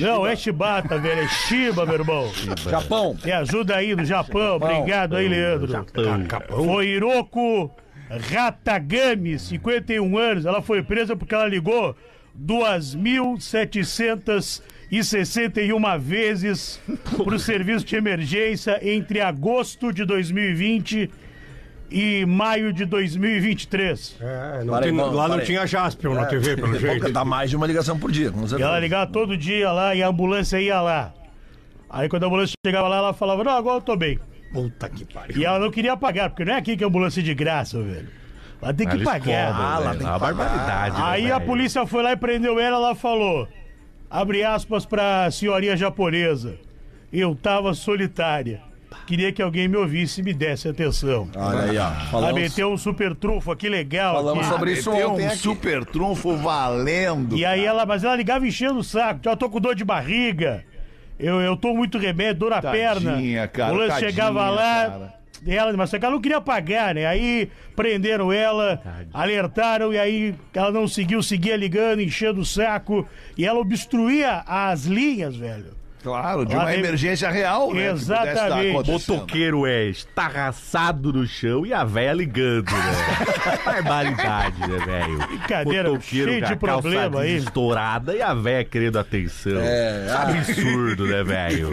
S7: Não, é Chibata, velho, é Shiba, meu irmão.
S6: Japão.
S7: Me ajuda aí no Japão, obrigado aí, Leandro. Foi Hiroko Ratagami, 51 anos, ela foi presa porque ela ligou 2.761 vezes para o serviço de emergência entre agosto de 2020 e maio de 2023.
S10: (laughs) É, não
S6: Para aí,
S10: tem-
S6: mano,
S10: lá
S6: para
S10: não
S6: aí.
S10: tinha Jaspion na TV, pelo (laughs) jeito.
S6: Dá mais de uma ligação por dia. com
S7: E
S6: certeza.
S7: ela ligava todo dia lá e a ambulância ia lá. Aí quando a ambulância chegava lá, ela falava, não, agora eu tô bem.
S10: Puta que pariu.
S7: E ela não queria pagar, porque não é aqui que a ambulância é de graça, velho. Ela tem que pagar. velho.
S9: Ah,
S7: É
S8: lá tem barbaridade. né,
S7: Aí a
S8: velho?
S7: polícia foi lá e prendeu ela, ela falou, abre aspas pra senhorinha japonesa. Eu tava solitária. Queria que alguém me ouvisse e me desse atenção.
S6: Olha aí, ó.
S7: Ela
S6: Falamos,
S7: meteu um super trufo, que legal.
S6: falamos
S7: é aqui.
S6: sobre isso
S3: Tem
S6: ontem.
S3: um
S6: aqui.
S3: super trunfo valendo.
S7: E aí ela, mas ela ligava enchendo o saco. Já tô com dor de barriga. Eu, eu tô muito remédio, dor na perna.
S3: Tadinha, cara,
S7: o lance
S3: tadinha,
S7: chegava lá.
S3: cara.
S7: e Ela, mas só que ela não queria pagar, né? Aí prenderam ela, alertaram e aí ela não seguiu, seguia ligando, enchendo o saco. E ela obstruía as linhas,
S3: (laughs)
S7: velho.
S3: Claro, de
S7: Lá
S3: uma
S7: tem-
S3: emergência real, né? que pudesse estar
S7: Exatamente.
S3: acontecendo.
S9: Toqueiro é estarraçado no chão e a véia ligando, né? (laughs) Barbaridade, né, velho?
S7: Brincadeira,
S9: Motoqueiro
S7: cheio
S9: com a
S7: de
S9: calça
S7: problema aí.
S9: Estourada e a véia querendo atenção. um
S6: É, ah,
S9: Absurdo, né, velho?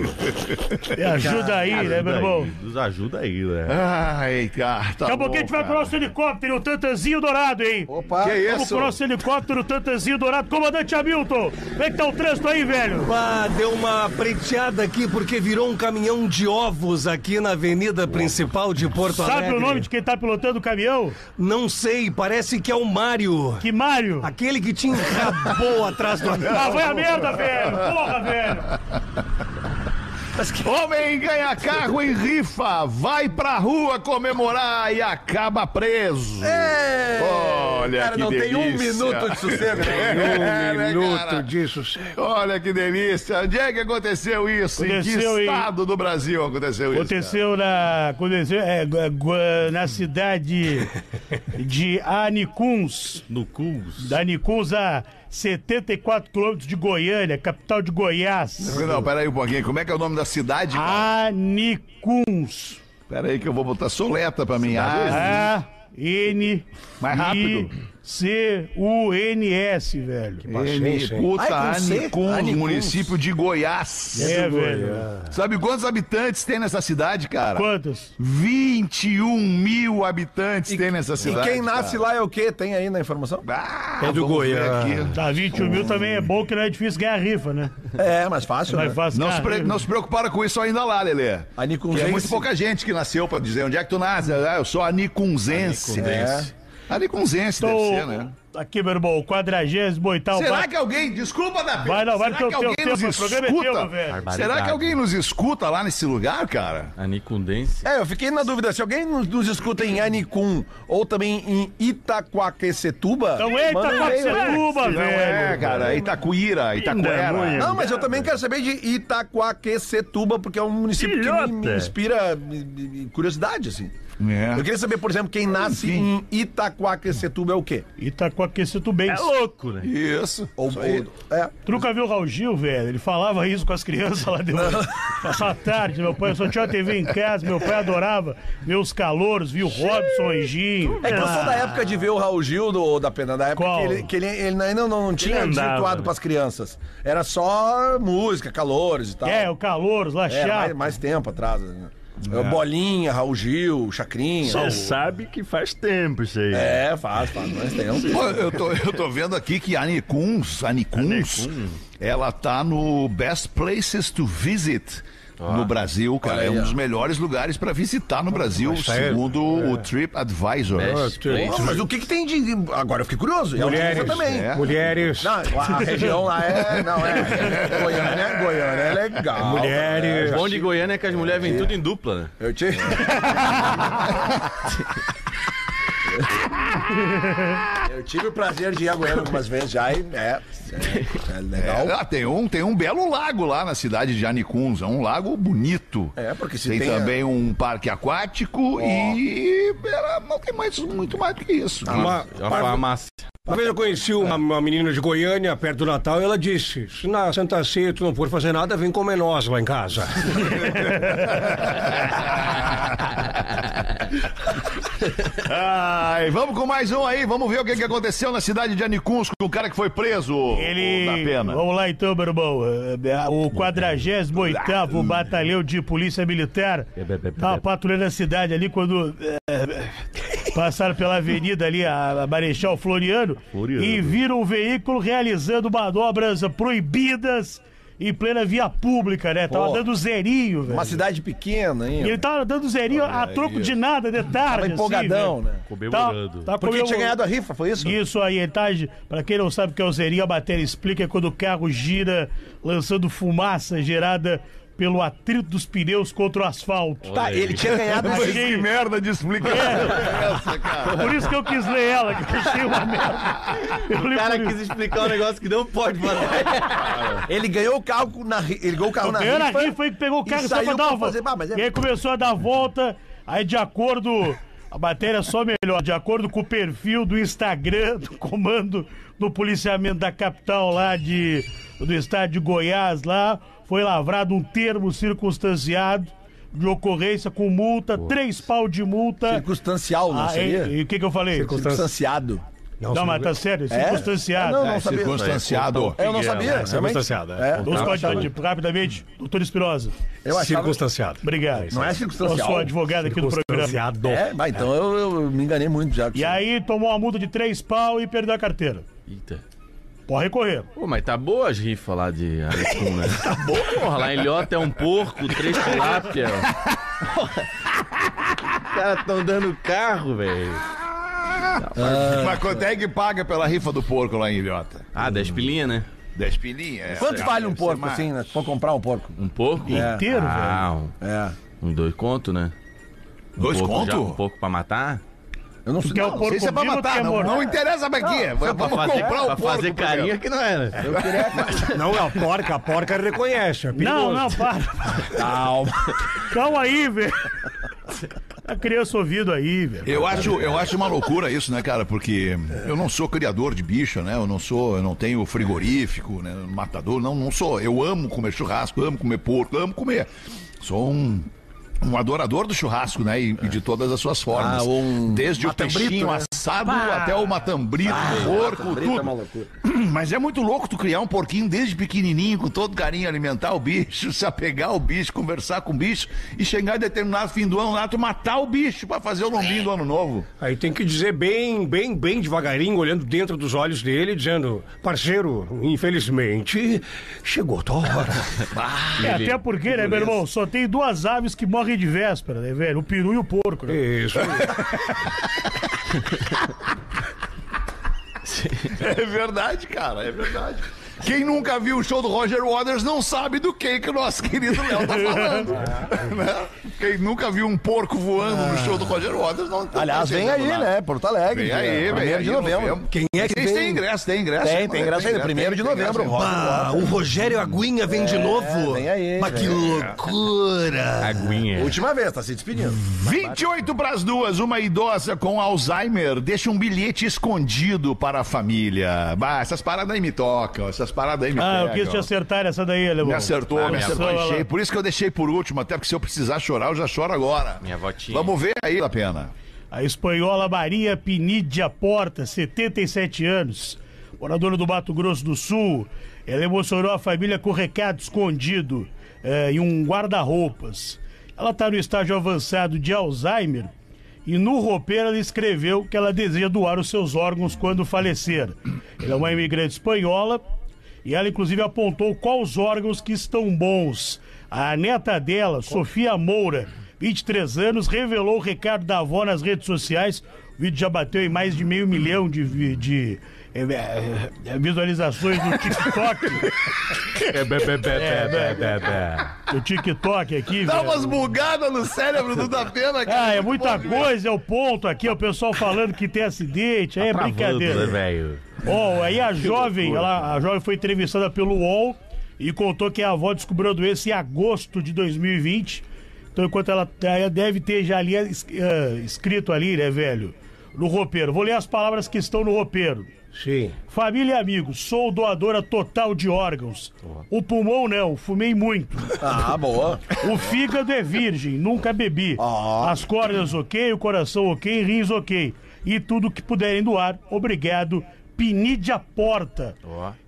S7: Me (laughs) ajuda aí, né, meu
S9: Ajuda
S7: irmão?
S9: aí, Nos ajuda aí, né?
S3: Ai, cara, tá
S7: Daqui a
S3: bom,
S7: pouquinho a gente vai pro
S3: cara.
S7: nosso helicóptero, o Tantanzinho Dourado, hein?
S6: opa.
S3: Que
S7: Vamos
S3: isso?
S7: pro nosso helicóptero, Tantanzinho Dourado. Comandante Hamilton, como é que tá o trânsito aí, velho?
S5: Ah, deu uma preteada aqui porque virou um caminhão de ovos aqui na avenida principal de Porto
S7: Sabe
S5: Alegre.
S7: o nome de quem tá pilotando o caminhão?
S5: Não sei, parece que é o Mário.
S7: Que Mário.
S5: Aquele que te enrabou
S10: (laughs)
S5: atrás do
S7: Ah, vai a merda, velho! Porra, velho!
S3: Homem ganha carro em rifa, vai pra rua comemorar e acaba preso. Oh, Olha
S6: É, cara
S3: que
S6: não
S3: delícia.
S6: tem um minuto de sossego.
S3: É, né, cara?
S10: disso.
S3: Olha que delícia. Onde é que aconteceu isso? em
S7: Aconteceu
S3: que
S7: em-
S3: estado do Brasil aconteceu, isso? cara?
S7: Aconteceu na, aconteceu, é, gu- gu- na cidade de Anicuns.
S9: No Cus.
S7: Da Anicuns a 74 quilômetros de Goiânia, capital de Goiás.
S3: Não, peraí um pouquinho. Como é que é o nome da cidade? cara?
S7: Anicuns.
S3: Peraí que eu vou botar soleta pra mim. Ah,
S7: A N
S3: Mais rápido.
S7: C U N S, velho.
S3: N, puta, Anicuns, município de Goiás.
S7: É, velho.
S3: Sabe quantos habitantes tem nessa cidade, cara?
S7: Quantos?
S3: 21 mil habitantes tem nessa
S6: E
S3: cidade.
S6: quem nasce lá é o quê? Tem aí na informação?
S3: Ah,
S10: É do
S3: vamos ver
S10: Goiânia.
S3: aqui.
S7: Tá, 21 mil também é bom que não é difícil ganhar rifa, né?
S6: É, mais fácil.
S7: Mas
S6: né?
S7: faz
S3: Não
S7: ganhar
S3: se, pre...
S7: rifa.
S3: não se preocuparam com isso ainda lá, Lelê.
S6: A
S3: Que
S6: Nicunzense.
S3: é muito pouca gente que nasceu pra dizer onde é que tu nasce. Ah, eu sou aniconzense.
S6: Aniconzense.
S3: É. Aniconzense deve
S7: Então,
S3: ser, né?
S7: Aqui, meu irmão, 48
S3: Será que alguém, desculpa da
S7: Vai, não, vai,
S3: será
S7: porque
S3: que
S7: o teu
S3: alguém
S7: tempo,
S3: nos
S7: o programa é teu, meu
S3: escuta?
S7: velho.
S3: será que alguém nos escuta lá nesse lugar, cara?
S8: Anicondense.
S6: É, eu fiquei na dúvida. Se alguém nos, nos escuta em Anicum ou também em Itaquaquecetuba.
S3: Então,
S7: Não é
S6: manda um e-mail aí.
S7: Itacoaxetuba,
S3: Não é,
S7: velho.
S3: cara. Itacuíra, Itacoera.
S6: Não, mas eu também quero saber de Itaquaquecetuba, porque é um município que
S9: Idiota.
S6: me, me inspira me- me- curiosidade, assim. Eu
S3: É.
S6: queria saber, por exemplo, quem nasce em Itaquaquecetuba é o quê?
S7: tá Itacoaxetubense.
S9: É louco, né?
S3: Isso.
S6: Ou, ou, é.
S7: Tu nunca viu o Raul Gil, velho? Ele falava isso com as crianças lá de
S3: (laughs)
S7: Passava a tarde, meu pai, eu só tinha uma TV em casa, meu pai adorava ver os calouros, viu Robson, Anjinho.
S6: É que eu sou da época de ver o Raul Gil do, da pena da época
S7: Qual?
S6: que ele, que ele, ele ainda não, não tinha
S9: Ele andava,
S6: desvirtuado
S9: né?
S6: pras crianças. Era só música, calores e tal.
S7: É, o calouros lá,
S6: É, mais,
S7: chato.
S6: mais tempo atrás. Né? Bolinha, Raul Gil, Chacrinha.
S9: Você sabe que faz tempo isso aí.
S6: É, faz, faz mais tempo. (laughs)
S3: Pô, eu, tô, eu tô vendo aqui que a Anicuns, a Anicuns, ela tá no Best Places to Visit no Brasil, cara. É um dos melhores lugares pra visitar no Brasil,
S6: tá
S3: segundo
S6: é.
S3: o Trip Advisor.
S6: Pô, mas o que, que tem de. Agora eu fiquei curioso. E a
S10: Mulheres. né?
S6: audiência também.
S3: É.
S10: Mulheres.
S6: Não, a região lá é. Não, (laughs) é. Goiânia, Goiânia é legal.
S10: Mulheres.
S8: O bom de Goiânia é que as mulheres vêm tudo em dupla, né?
S6: Eu te. (laughs) Eu tive o prazer de ir a Goiânia algumas vezes já e é, é, é legal.
S3: Ah, tem, um, tem um belo lago lá na cidade de Anicuns, é um lago bonito.
S6: É, porque se
S3: tem,
S6: tem a-
S3: também um parque aquático e era, não tem mais, muito mais do que isso.
S6: Ah,
S10: Uma-
S8: A É farmácia.
S10: Uma vez eu conheci uma, uma menina de Goiânia, perto do Natal, e ela disse: Se na Santa Ceia tu não for fazer nada, vem comer nós lá em
S5: (laughs)
S10: casa.
S3: Ai, vamos com mais um aí, vamos ver o que, que aconteceu na cidade de Anicuns com o cara que foi preso
S7: Ele.
S3: na pena.
S7: Vamos lá então, meu irmão. Eh, O 48 Batalhão de Polícia Militar estava patrulhando a cidade ali quando. eh, Passaram pela avenida ali, a a Marechal Floriano, e viram o veículo realizando manobras proibidas em plena via pública, né? Tava
S6: Pô.
S7: dando zerinho, velho.
S6: é Uma cidade pequena,
S7: E
S6: hein?
S7: ele tava dando zerinho a troco de nada, de tarde.
S6: Tava
S7: assim,
S6: empolgadão,
S7: velho.
S6: né?
S9: Comemorando.
S7: Tá, tá
S6: Porque tinha
S7: comemorando.
S6: ganhado a rifa, foi isso?
S7: Isso aí, ele tá. Pra quem não sabe o que é o zerinho, a matéria explica é quando o carro gira lançando fumaça gerada pelo atrito dos pneus contra o asfalto.
S6: Tá, ele tinha ganhado
S7: Mas
S6: esse-
S7: que
S3: merda de explicação é essa, cara?
S7: Por isso que eu quis ler ela, que eu achei uma merda. Eu li
S8: O cara
S7: por
S8: quis
S7: isso.
S8: explicar um negócio que não pode fazer.
S6: Ele ganhou o carro na ri- Ele ganhou o carro na
S7: Ganhou na
S6: rifa.
S7: rifa aí que pegou o
S6: e
S7: carro só
S6: saiu
S7: pra dar
S6: pra
S7: uma volta.
S6: fazer- Ah, mas é-
S7: E aí começou a dar volta, aí de acordo. A matéria só melhor, de acordo com o perfil do Instagram do comando do policiamento da capital lá de do estado de Goiás lá, foi lavrado um termo circunstanciado de ocorrência com multa, três pau de multa.
S6: Circunstancial, não
S7: Ah,
S6: seria?
S7: e e o que que eu falei?
S6: Circunstanciado.
S7: Não, mas tá sério,
S6: É?
S7: circunstanciado.
S6: É, não, não sabia.
S3: Circunstanciado.
S6: É, Eu não sabia. também.
S10: circunstanciado, é.
S6: É,
S7: Vamos continuar de- rapidamente, doutor Espirosa.
S6: eu achava...
S10: Circunstanciado.
S7: Obrigado.
S6: Não é
S7: Eu sou
S6: circunstancial.
S7: advogado aqui do programa.
S10: Circunstanciado.
S6: É, mas então eu, eu me enganei muito já.
S7: E aí tomou uma multa de três pau e perdeu a carteira.
S8: Eita.
S7: Pode recorrer.
S8: Pô, mas tá boa as rifas lá de Alecrim, né? (laughs) tá boa. Porra, lá em Lhota é um porco, três tilápia. Porra. Os caras tão dando carro, velho.
S6: Ah.
S3: Mas quanto é que paga pela rifa do porco lá em Ilhota?
S8: Ah, 10 pilinha, né?
S3: 10 pilinhas. é.
S6: Quanto
S3: Deve
S6: vale um
S3: ser
S6: porco
S3: mais.
S6: assim, né? Se for comprar um porco?
S8: Um porco?
S7: Inteiro,
S8: ah, um,
S6: É.
S8: uns dois conto, né? Um
S3: Dois
S8: porco já- um
S3: conto?
S8: porco pra matar?
S6: Eu não
S7: Tu
S6: sei.
S7: quer
S6: Não,
S7: o
S6: não sei
S7: porco
S6: se é pra
S7: vivo, tu
S6: matar,
S7: quer
S6: não.
S7: morto.
S3: Não interessa, Baguinha. Vamos comprar o
S8: pra
S3: porco.
S8: fazer
S3: por exemplo.
S8: carinha que não é, né? era.
S6: Eu queria-
S10: Não, a porca, a porca reconhece. É
S7: Não,
S10: perigoso.
S7: não, para.
S6: (laughs) Calma.
S7: Calma aí, velho. A criança ouvido aí, velho.
S3: Eu acho, eu acho uma loucura isso, né, cara? Porque eu não sou criador de bicho, né? Eu não sou, eu não tenho frigorífico, né? Matador, não, não sou. Eu amo comer churrasco, amo comer porco, amo comer. Sou um um adorador do churrasco, né? E, e de todas as suas
S6: Ah,
S3: formas.
S6: um
S3: Desde o
S6: matambrito,
S3: peixinho
S6: né?
S3: assado até o matambrito, porco,
S6: matambrito
S3: tudo. (clears throat)
S6: é uma loucura.
S3: Mas é muito louco tu criar um porquinho desde pequenininho, com todo carinho, alimentar o bicho, (laughs) se apegar ao bicho, conversar com o bicho e chegar em determinado fim do ano lá, tu matar o bicho pra fazer o lombinho do
S6: (laughs)
S3: ano novo.
S10: Aí tem que dizer bem, bem, bem devagarinho, olhando dentro dos olhos dele, dizendo: parceiro, infelizmente, chegou a tua hora.
S5: (laughs)
S7: É, até porque, né, meu irmão? Só tem duas aves que morrem de véspera, né, velho? O peru e o porco, né?
S10: Isso.
S3: É verdade, cara, é verdade. Quem nunca viu o show do Roger Waters não sabe do que que o nosso (laughs) querido Léo tá
S6: (laughs)
S3: falando. né? Quem nunca viu um porco voando no show do Roger Waters não não
S6: Ah. Aliás,
S3: tá
S6: vem aí,
S3: entendendo nada.
S6: né? Porto Alegre.
S3: Vem
S6: dia
S3: aí, vem
S6: primeiro
S3: aí,
S6: de novembro.
S10: Quem é que
S3: Tem,
S10: vem?
S3: tem ingresso, tem ingresso.
S6: Tem, tem ingresso ainda.
S3: tem,
S6: Primeiro de
S3: tem
S6: novembro,
S3: ingresso.
S6: Roger
S5: Ah,
S6: Waters.
S5: o Rogério Aguinha vem de novo.
S6: vem aí,
S5: Mas que
S3: Tá
S6: vem.
S5: loucura.
S8: Aguinha.
S6: Última vez, tá se despedindo.
S3: 28 pras duas, uma idosa com Alzheimer deixa um bilhete escondido para a família. Bah, essas paradas aí me tocam, essas paradas aí me
S7: Ah, eu quis
S3: pegam.
S7: te acertar essa daí, Alemão.
S3: Me acertou, me acertou.
S7: Começou,
S3: Achei.
S7: ela-
S3: Por isso que eu deixei por último, até porque se eu precisar chorar, eu já choro agora.
S8: Minha votinha.
S3: Vamos ver aí, La Pena.
S7: A espanhola Maria Pinidia Porta, 77 anos, moradora do Mato Grosso do Sul, ela emocionou a família com recado escondido eh, em um guarda-roupas. Ela está no estágio avançado de Alzheimer e no roupeiro ela escreveu que ela deseja doar os seus órgãos quando falecer. Ela é uma imigrante espanhola e ela, inclusive, apontou quais órgãos que estão bons. A neta dela, Sofia Moura, 23 anos, revelou o recado da avó nas redes sociais. O vídeo já bateu em mais de meio milhão de, vi- de, eh, eh, eh, visualizações no TikTok. No TikTok aqui,
S3: Dá
S7: velho.
S3: umas bugadas no cérebro do Da Pena, cara.
S7: É. Ah, é muita coisa, é o ponto aqui, é o pessoal falando que tem acidente, aí é brincadeira.
S8: Tá né, velho.
S7: Ó, aí a jovem, ela, a jovem foi entrevistada pelo UOL e contou que a avó descobriu a doença em agosto de 2020. Então, enquanto ela, ela deve ter já ali es- eh, escrito ali, né, velho? No roupeiro. Vou ler as palavras que estão no roupeiro.
S10: Sim.
S7: Família e amigos, sou doadora total de órgãos. O pulmão não, fumei muito.
S6: Ah, boa.
S7: O fígado é virgem, nunca bebi.
S6: Ah.
S7: As cordas ok, o coração ok, rins ok. E tudo que puderem doar, obrigado. Pinidia Porta.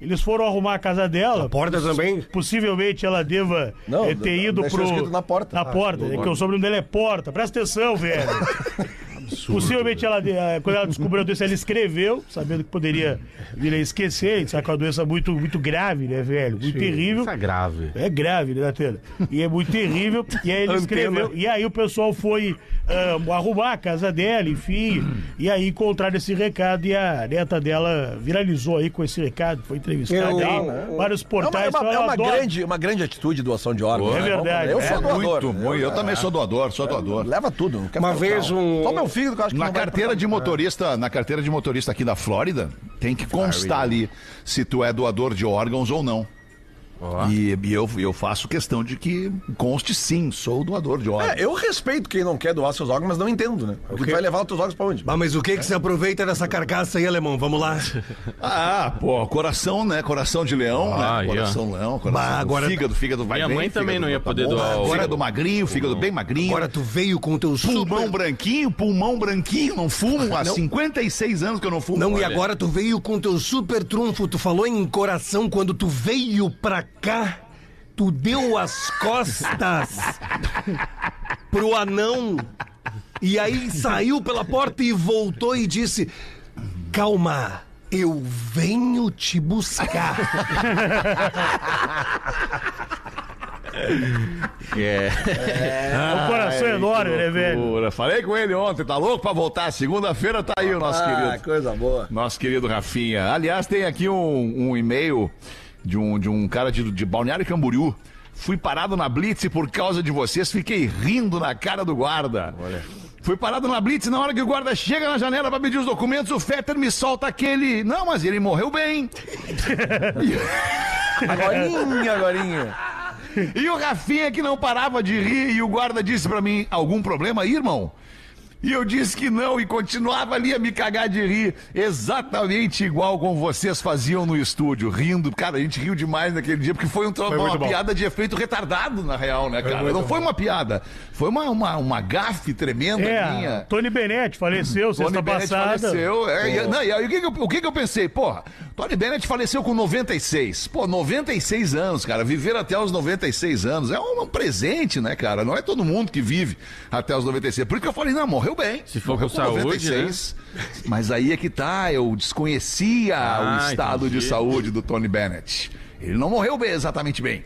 S7: Eles foram arrumar a casa dela.
S10: Porta também.
S7: Possivelmente ela deva
S6: Não,
S7: eh, ter
S6: não,
S7: ido
S6: deixou
S7: pro.
S6: escrito na porta.
S7: Na
S6: Ah,
S7: porta, é que o sobrenome dela é Porta. Presta atenção, velho.
S6: (laughs)
S7: Possivelmente ela, de- eh, quando ela descobriu a doença, ela escreveu, sabendo que poderia vir a esquecer. A gente sabe que é uma doença muito, muito grave, né, velho? Muito terrível.
S8: Tá grave.
S7: É grave, né, Datena? E é muito terrível. E aí ele escreveu. E aí o pessoal foi ah, arrumar a casa dela, enfim. E aí encontraram esse recado e a neta dela viralizou aí com esse recado. Foi entrevistada
S10: Eu-
S7: aí. Vários
S6: É uma,
S7: portais.
S6: é uma-
S7: então
S6: é
S7: ela
S6: uma
S7: adora.
S6: grande, uma grande atitude de doação de órgãos.
S7: É
S6: né?
S7: verdade.
S6: Eu
S7: É
S6: sou doador.
S3: Muito bom. Eu também sou doador, sou doador.
S6: Leva tudo. não quero
S10: Uma
S6: ficar
S10: vez
S6: com calma.
S10: um-
S6: Só meu filho que eu acho que
S3: Na
S6: não vai
S3: carteira de motorista, na carteira de motorista aqui da Flórida, tem que constar ali se tu é doador de órgãos ou não. E, e eu, eu faço questão de que conste sim, sou doador de órgãos.
S6: É, eu respeito quem não quer doar seus órgãos, mas não entendo, né? O que vai levar os teus órgãos pra onde?
S5: Ah, mas o que que se aproveita dessa carcaça aí, alemão? Vamos lá.
S3: Ah, pô, coração, né? Coração de leão,
S8: Ah,
S3: né?
S8: yeah.
S3: Coração leão, coração
S5: Bah,
S3: do
S5: agora-
S3: fígado, fígado vai
S8: Minha
S3: bem.
S8: mãe também
S3: fígado
S8: não ia
S3: tá
S8: poder
S3: bom,
S8: doar o-
S3: Fígado magrinho, fígado bem magrinho.
S5: Agora tu veio com o teu
S3: Pulmão
S5: super...
S3: branquinho, pulmão branquinho, não fumo há 56 anos que eu não fumo.
S5: Não, e
S3: Olha.
S5: agora tu veio com teu super trunfo. Tu falou em coração quando tu veio pra cá. Tu deu as
S3: (laughs)
S5: costas pro anão. E aí saiu pela porta e voltou e disse: Calma, eu venho te buscar.
S7: O coração é enorme, né, velho?
S3: Loucura. Falei com ele ontem, tá louco pra voltar? Segunda-feira tá aí o nosso querido.
S6: coisa boa.
S3: Nosso querido Rafinha. Aliás, tem aqui um, um e-mail de um, de um cara de, de Balneário Camboriú. Fui parado na Blitz e por causa de vocês fiquei rindo na cara do guarda. Olha. Fui parado na Blitz na hora que o guarda chega na janela pra pedir os documentos, o Fetter me solta aquele. Não, mas ele morreu bem.
S6: Agorinha, agorinha.
S3: E o Rafinha que não parava de rir e o guarda disse pra mim: "Algum problema aí, irmão?" E eu disse que não e continuava ali a me cagar de rir, exatamente igual como vocês faziam no estúdio, rindo. Cara, a gente riu demais naquele dia, porque foi, um, tro- uma
S10: muito bom.
S3: piada de efeito retardado, na real, né, cara? não foi uma piada, foi uma, uma, uma gafe tremenda
S7: É,
S3: minha.
S7: Tony Bennett faleceu sexta
S3: Tony Bennett
S7: passada.
S3: faleceu. é, e- não, e aí o, que que eu, o que que eu pensei? Porra, Tony Bennett faleceu com 96. Pô, 96 anos, cara. Viver até os 96 anos é um, um presente, né, cara? Não é todo mundo que vive até os 96. Por isso que eu falei, não, morreu bem.
S8: Se for
S3: morreu
S8: com saúde, né?
S3: Mas aí é que tá, eu desconhecia
S8: Ah,
S3: o estado
S8: entendi.
S3: de saúde do Tony Bennett. Ele não morreu bem, exatamente bem.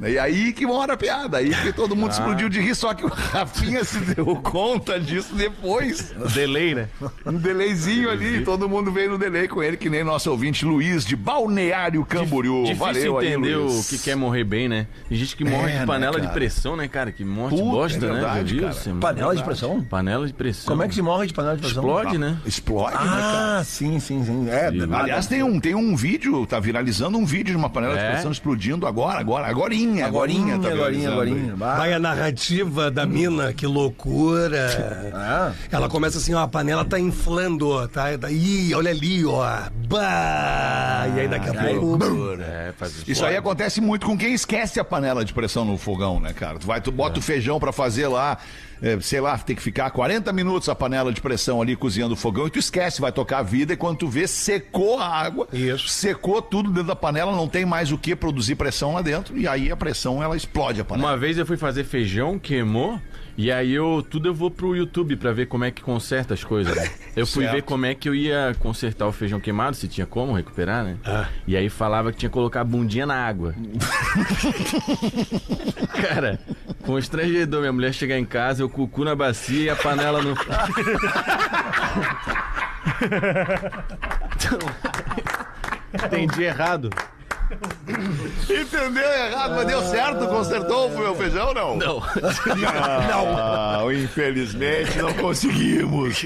S3: E aí que mora a piada, aí que todo
S8: Ah.
S3: mundo explodiu de rir, só que o Rafinha se deu conta disso depois.
S8: Delay, né?
S3: (laughs) Um delayzinho ali, todo mundo veio no delay com ele, que nem nosso ouvinte Luiz de Balneário Camboriú.
S8: Difícil
S3: Valeu aí,
S8: entender o
S3: Luiz.
S8: que quer morrer bem, né? Tem gente que morre
S3: É,
S8: de
S3: né,
S8: panela de
S3: cara?
S8: pressão, né, cara? Que morte
S3: Puta,
S8: bosta,
S3: é
S8: né? Já
S3: verdade,
S8: viu?
S3: cara.
S8: Você-
S6: Panela de pressão?
S8: Panela de pressão.
S6: Como é que se morre de panela de pressão?
S3: Tá,
S8: explode, né?
S3: Explode, né, cara?
S6: Ah, sim, sim, sim. É, danado.
S3: Aliás, tem um, tem um vídeo, tá viralizando um vídeo de uma panela de
S8: É?
S3: pressão explodindo agora, agora, agorinha, agorinha,
S6: agorinha,
S3: tá
S6: Hum, agorinha,
S3: viralizando
S6: agorinha.
S3: aí.
S6: Bah.
S5: Vai a narrativa da mina, que loucura.
S6: Ah,
S5: Ela começa assim, ó, a panela tá inflando, ó, tá? Daí, olha ali, ó. Bah! E aí daqui a pouco.
S8: É, faz isso.
S3: né? Isso aí acontece muito com quem esquece a panela de pressão no fogão, né, cara? Tu vai, tu bota o feijão pra fazer lá, é, sei lá, tem que ficar 40 minutos a panela de pressão ali cozinhando o fogão e tu esquece, vai tocar a vida e quando tu vê, secou a água,
S10: Isso.
S3: secou tudo dentro da panela, não tem mais o que produzir pressão lá dentro e aí a pressão, ela explode a panela.
S8: Uma vez eu fui fazer feijão, queimou, e aí eu tudo eu vou pro YouTube pra ver como é que conserta as coisas. né? Eu fui
S3: Certo.
S8: ver como é que eu ia consertar o feijão queimado, se tinha como recuperar, né? E aí falava que tinha que colocar a bundinha na água. Cara, constrangedor, minha mulher chegar em casa, eu com o cu na bacia e a panela no. Então, (laughs) Entendi errado.
S3: Entendeu errado, mas deu certo, consertou o meu feijão, não?
S8: Não.
S3: (laughs) Não. Ah, infelizmente não conseguimos.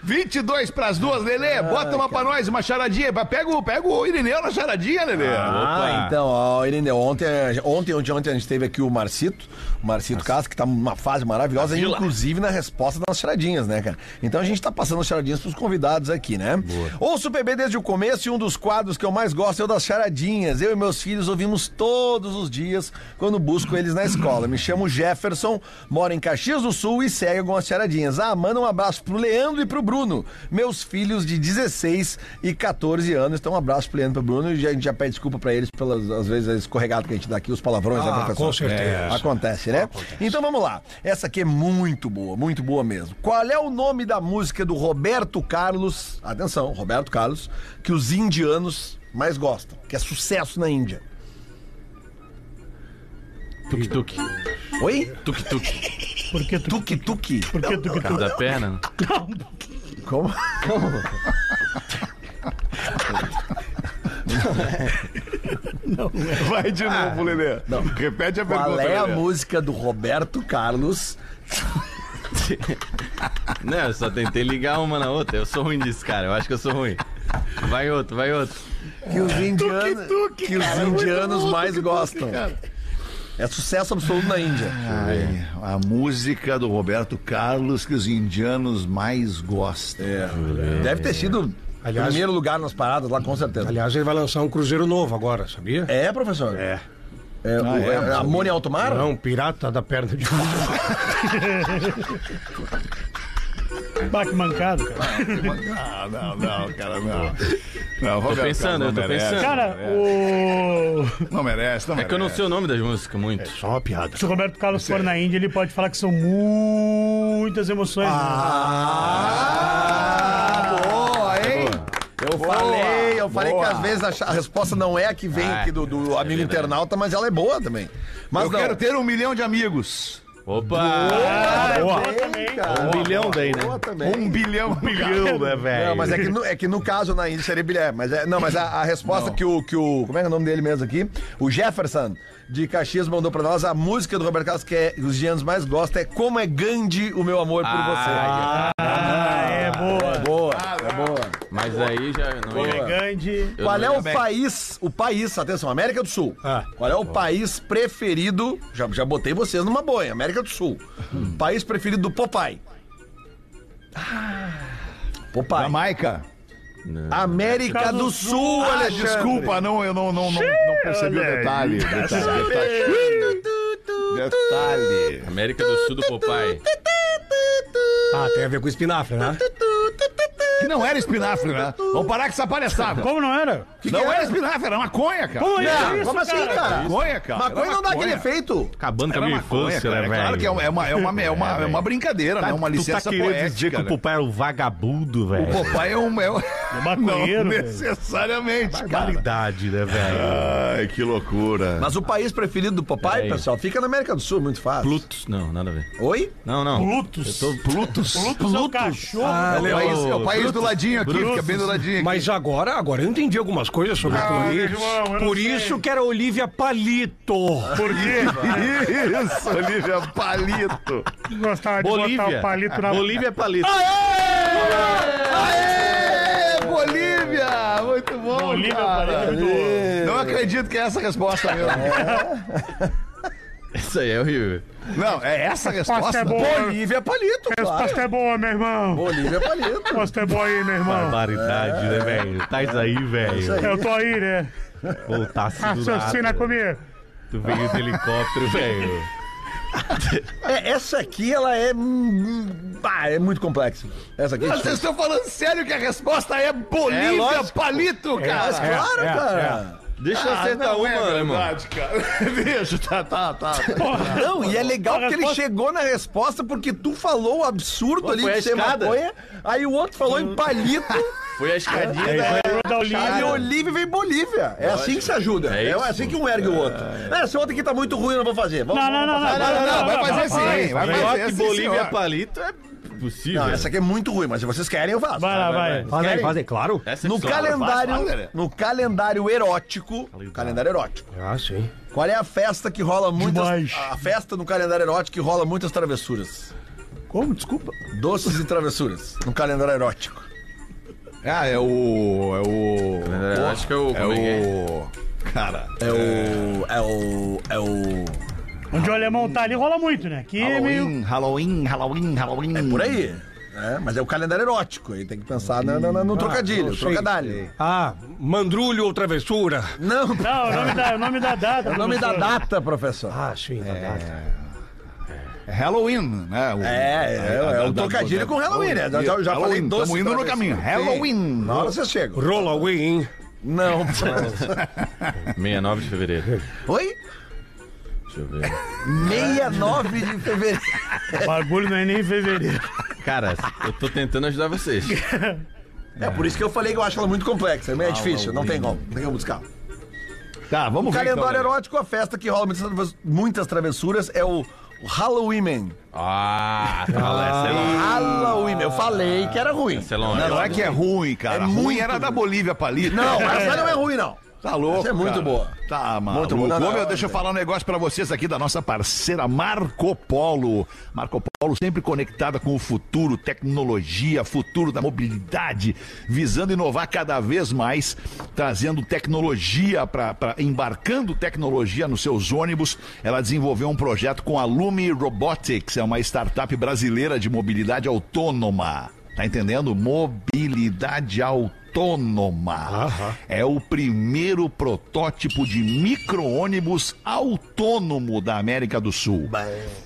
S3: 22 pras duas, Lelê. Bota uma pra nós, uma charadinha. Pega o, pega o Irineu na charadinha, Lelê.
S6: Ah, então, ó, Irineu, ontem, ontem, ontem, ontem a gente teve aqui o Marcito, o Marcito Castro, que tá numa fase maravilhosa, inclusive na resposta das charadinhas, né, cara? Então a gente tá passando as charadinhas pros convidados aqui, né? Ouço o PB desde o começo e um dos quadros que eu mais gosto é o das charadinhas. Eu e meus filhos ouvimos todos os dias quando busco eles na escola. Me chamo Jefferson, moro em Caxias do Sul e segue algumas charadinhas. Ah, manda um abraço pro Leandro e pro Bruno, meus filhos de 16 e 14 anos. Então um abraço pro Leandro e pro Bruno e já- a gente já pede desculpa pra eles pelas, às vezes, a escorregada que a gente dá aqui, os palavrões, né, professor?
S10: Ah, com certeza.
S6: Acontece, né? Então vamos lá. Essa aqui é muito boa, muito boa mesmo. Qual é o nome da música do Roberto Carlos? Atenção, Roberto Carlos, que os indianos mais gostam, que é sucesso na Índia.
S8: Tuk-tuk.
S6: Oi?
S8: Tuk-tuk.
S7: Porque tu,
S6: Tuque tuque.
S7: porque tu, que
S8: Por causa da perna, né?
S6: Como?
S3: Vai de novo, Lelê. Repete a
S6: Ah,
S3: pergunta.
S6: Qual é a
S3: Lelê.
S6: música do Roberto Carlos?
S8: Não, eu só tentei ligar uma na outra. Eu sou ruim disso, cara. Eu acho que eu sou ruim. Vai outro, vai outro.
S6: Que os indianos, que os
S3: é
S6: indianos mais gostam. É sucesso absoluto na Índia.
S3: Ah, Ai, a música do Roberto Carlos que os indianos mais gostam.
S6: É. Deve ter sido
S10: Aliás-
S6: primeiro lugar nas paradas lá, com certeza.
S10: Aliás, ele vai lançar um cruzeiro novo agora, sabia?
S6: É, professor? É. o, é, Amor em Alto Mar?
S10: Não, pirata da perna de um. fogo.
S7: baque mancado, cara.
S3: Não, não, não, cara, não. não
S8: Tô pensando, eu tô pensando.
S7: Cara, o.
S3: Não merece, não merece.
S8: É que eu não sei o nome das músicas muito.
S9: Só uma piada.
S7: Se o Roberto Carlos for na Índia, ele pode falar que são muitas emoções. né?
S6: Ah, boa, hein? Eu falei, eu falei
S3: boa. Ah,
S6: que às vezes a, cha- a resposta não é a que vem aqui do, do amigo internauta, mas ela é boa também. Mas
S3: Eu
S6: não.
S3: quero ter um milhão de amigos.
S8: Opa!
S7: Ah, boa.
S6: Bem,
S7: também.
S6: cara.
S8: Um bilhão daí, né?
S6: Boa também.
S3: Um bilhão, um bilhão, né, velho?
S6: Não, mas é que, no, é que no caso na é Índia seria bilhar. Mas é- não, mas a, a resposta que o, que o. Como é que é o nome dele mesmo aqui? O Jefferson de Caxias mandou pra nós a música do Roberto Carlos que é, os gianos mais gostam é Como é Grande o Meu Amor por Você.
S7: Ah, é boa.
S6: Boa,
S3: Ah,
S6: é boa.
S8: Mas aí já não ia.
S7: Elegante.
S8: Eu
S6: Qual
S8: não
S6: é
S8: ia-
S6: o país, o país, atenção, América do Sul.
S10: Ah.
S6: Qual é o país preferido, já, já botei vocês numa boia, América do Sul. País preferido do Popeye. Popeye.
S3: Jamaica.
S6: América do Sul,
S3: Ah,
S6: Alexandre.
S3: desculpa, não, eu não, não, não, não percebi o detalhe. Detalhe.
S9: é
S3: Detalhe. detalhe.
S8: América do Sul do Popeye.
S10: Ah, tem a ver com espinafre,
S5: Tá,
S10: né?
S3: Que não era espinafre, né? Vamos parar com essa palhaçada.
S7: Como não era?
S3: não era espinafre, era maconha, cara.
S7: Como
S6: Não,
S7: isso,
S6: como assim, cara?
S3: Maconha, cara. é
S6: Maconha
S3: Era
S6: não dá aquele efeito.
S9: Acabando com a
S3: Era
S9: minha
S3: maconha,
S9: infância,
S3: cara.
S9: né,
S3: É
S9: velho?
S3: claro que é uma, é uma, é uma, (laughs) é uma, é uma brincadeira, né? É uma
S9: tu tá
S3: licença
S9: querendo
S3: poética.
S9: dizer que o
S3: né?
S9: Popeye é um vagabundo, velho.
S3: O papai é um. É um...
S7: maconheiro,
S3: (laughs) Não
S7: velho.
S3: necessariamente, cara.
S9: Qualidade, né, velho?
S8: Ah.
S3: Ai, que loucura.
S6: Mas o país preferido do Popeye,
S8: Peraí.
S6: pessoal, fica na América do Sul, muito fácil.
S8: Plutos. Não, nada a ver.
S6: Oi?
S8: Não, não.
S7: Plutus.
S8: Eu tô-
S3: Plutus.
S7: Plutus é um cachorro.
S3: É o país, é o país do ladinho aqui,
S7: Brutus.
S3: fica bem do ladinho aqui.
S10: Mas agora, agora eu entendi algumas coisas sobre o país.
S7: João, eu não
S10: Por
S7: sei.
S10: isso que era Olivia Palito.
S7: Por quê?
S3: Isso, Olivia Palito.
S7: Gostava de botar
S8: Bolívia.
S7: o palito na
S8: Bolívia é palito.
S3: Aê, É, Bolívia! Muito bom,
S7: Bolívia,
S3: cara.
S7: palito do...
S3: Não acredito que é essa a resposta mesmo.
S8: Isso aí é horrível.
S3: Não, é essa a
S7: Pasta
S3: resposta?
S7: é boa.
S6: Bolívia Palito, claro.
S7: Pasta é boa, meu irmão.
S6: Bolívia Palito.
S7: Pasta é boa aí, meu irmão.
S9: Barbaridade, né, velho? Tá isso aí, velho.
S7: Eu tô aí, né?
S9: Voltasse do
S7: Raciocina
S9: nada.
S7: comigo.
S9: Tu veio de
S8: (laughs)
S9: helicóptero, velho.
S6: É, essa aqui, ela é. hum, Bah, é muito complexa. Essa aqui é
S3: Mas
S6: difícil.
S3: Vocês estão falando sério que a resposta é
S6: É,
S3: Bolívia
S6: lógico.
S3: Palito, cara?
S6: Mas claro,
S10: é,
S6: cara.
S8: Deixa
S6: Ah,
S8: eu acertar uma,
S6: é
S8: né, irmão.
S3: (laughs) cara. Deixa, tá, tá, tá.
S6: Não, e é legal
S7: A
S6: que ele
S7: resposta-
S6: chegou na resposta porque tu falou o absurdo ali
S8: foi
S6: de
S8: a
S6: ser
S8: escada.
S6: maconha, aí o outro falou em palito,
S7: (laughs)
S6: É,
S8: Foi a escadinha da.
S7: Eu
S6: e
S7: da Olívia.
S6: Olívia vem Bolívia. É assim que se ajuda.
S8: É
S6: É,
S8: isso.
S6: assim que um ergue o outro. É, Esse outro aqui tá muito ruim, eu não vou fazer. Vamos,
S7: Não,
S6: vamos
S7: não, não,
S6: passar.
S7: não.
S3: Não, não, não, vai fazer assim. sim, vai
S8: Melhor
S3: fazer
S8: que
S3: sim,
S8: Bolívia é
S3: senhor.
S8: palito é possível.
S6: assim, Não, essa aqui é muito ruim, mas se vocês querem, eu faço.
S7: Vai lá, vai.
S10: Faz aí, faz aí, claro.
S8: Essa é
S6: No
S8: só- né?
S3: faz, faz.
S6: calendário, no calendário erótico, calendário erótico.
S10: Ah, sim.
S6: Qual é a festa que rola muitas
S7: Demais.
S6: a festa no calendário erótico que rola muitas travessuras?
S7: Como? Desculpa.
S6: Doces e travessuras no calendário erótico.
S3: Ah, é o. É o.
S8: É, acho que é o.
S3: É
S8: como que
S3: o. Cara.
S6: É o é o é o
S7: Onde o alemão tá ali rola muito, né? Que é meio...
S3: Halloween, Halloween, Halloween, Halloween. É
S6: por aí. É, mas é o calendário erótico, aí tem que pensar na- na- na-
S3: Ah,
S6: no trocadilho, trocadalho.
S10: Ah, mandrulho ou travessura?
S6: Não,
S7: Não, o nome da, o nome da data.
S6: o nome da
S7: professor.
S6: data, professor.
S10: Ah, sim.
S3: É Halloween, né? O-
S6: É, é, é, é o trocadilho com Halloween, né? Já, já falei
S3: Halloween,
S6: doce.
S3: tamo indo no caminho. Halloween.
S6: Na hora você chega.
S10: Rola Win.
S6: Não.
S8: é? 69 de fevereiro.
S6: Oi?
S8: Deixa eu ver.
S6: 69 de fevereiro.
S7: O bagulho não é nem em fevereiro.
S8: Cara, eu tô tentando ajudar vocês.
S6: É por isso que eu falei que eu acho ela muito complexa.
S10: Ah,
S6: É difícil, não tem como. Não tem como buscar.
S3: Tá,
S6: O
S3: vamos ver.
S6: calendário
S3: então.
S6: erótico, a festa que rola muitas travess- muitas travessuras é o Halloween.
S8: Ah, fala, essa é longa.
S6: Halloween. Eu falei que era ruim.
S8: Essa é longa.
S3: Não, não é que é ruim, cara.
S6: É
S3: ruim
S6: muito
S3: era da Bolívia Palito.
S6: Não,
S3: (laughs)
S6: essa não é ruim, não.
S3: Tá louco.
S6: Essa é muito
S3: cara.
S6: boa.
S3: Tá, mano.
S6: Muito boa. Não, não,
S3: deixa eu
S6: não.
S3: falar um negócio pra vocês aqui da nossa parceira Marco Polo. Marco Polo sempre conectada com o futuro, tecnologia, futuro da mobilidade, visando inovar cada vez mais, trazendo tecnologia para embarcando tecnologia nos seus ônibus. Ela desenvolveu um projeto com a Lumi Robotics, é uma startup brasileira de mobilidade autônoma. Tá entendendo? Mobilidade autônoma. É o primeiro protótipo de micro-ônibus autônomo da América do Sul.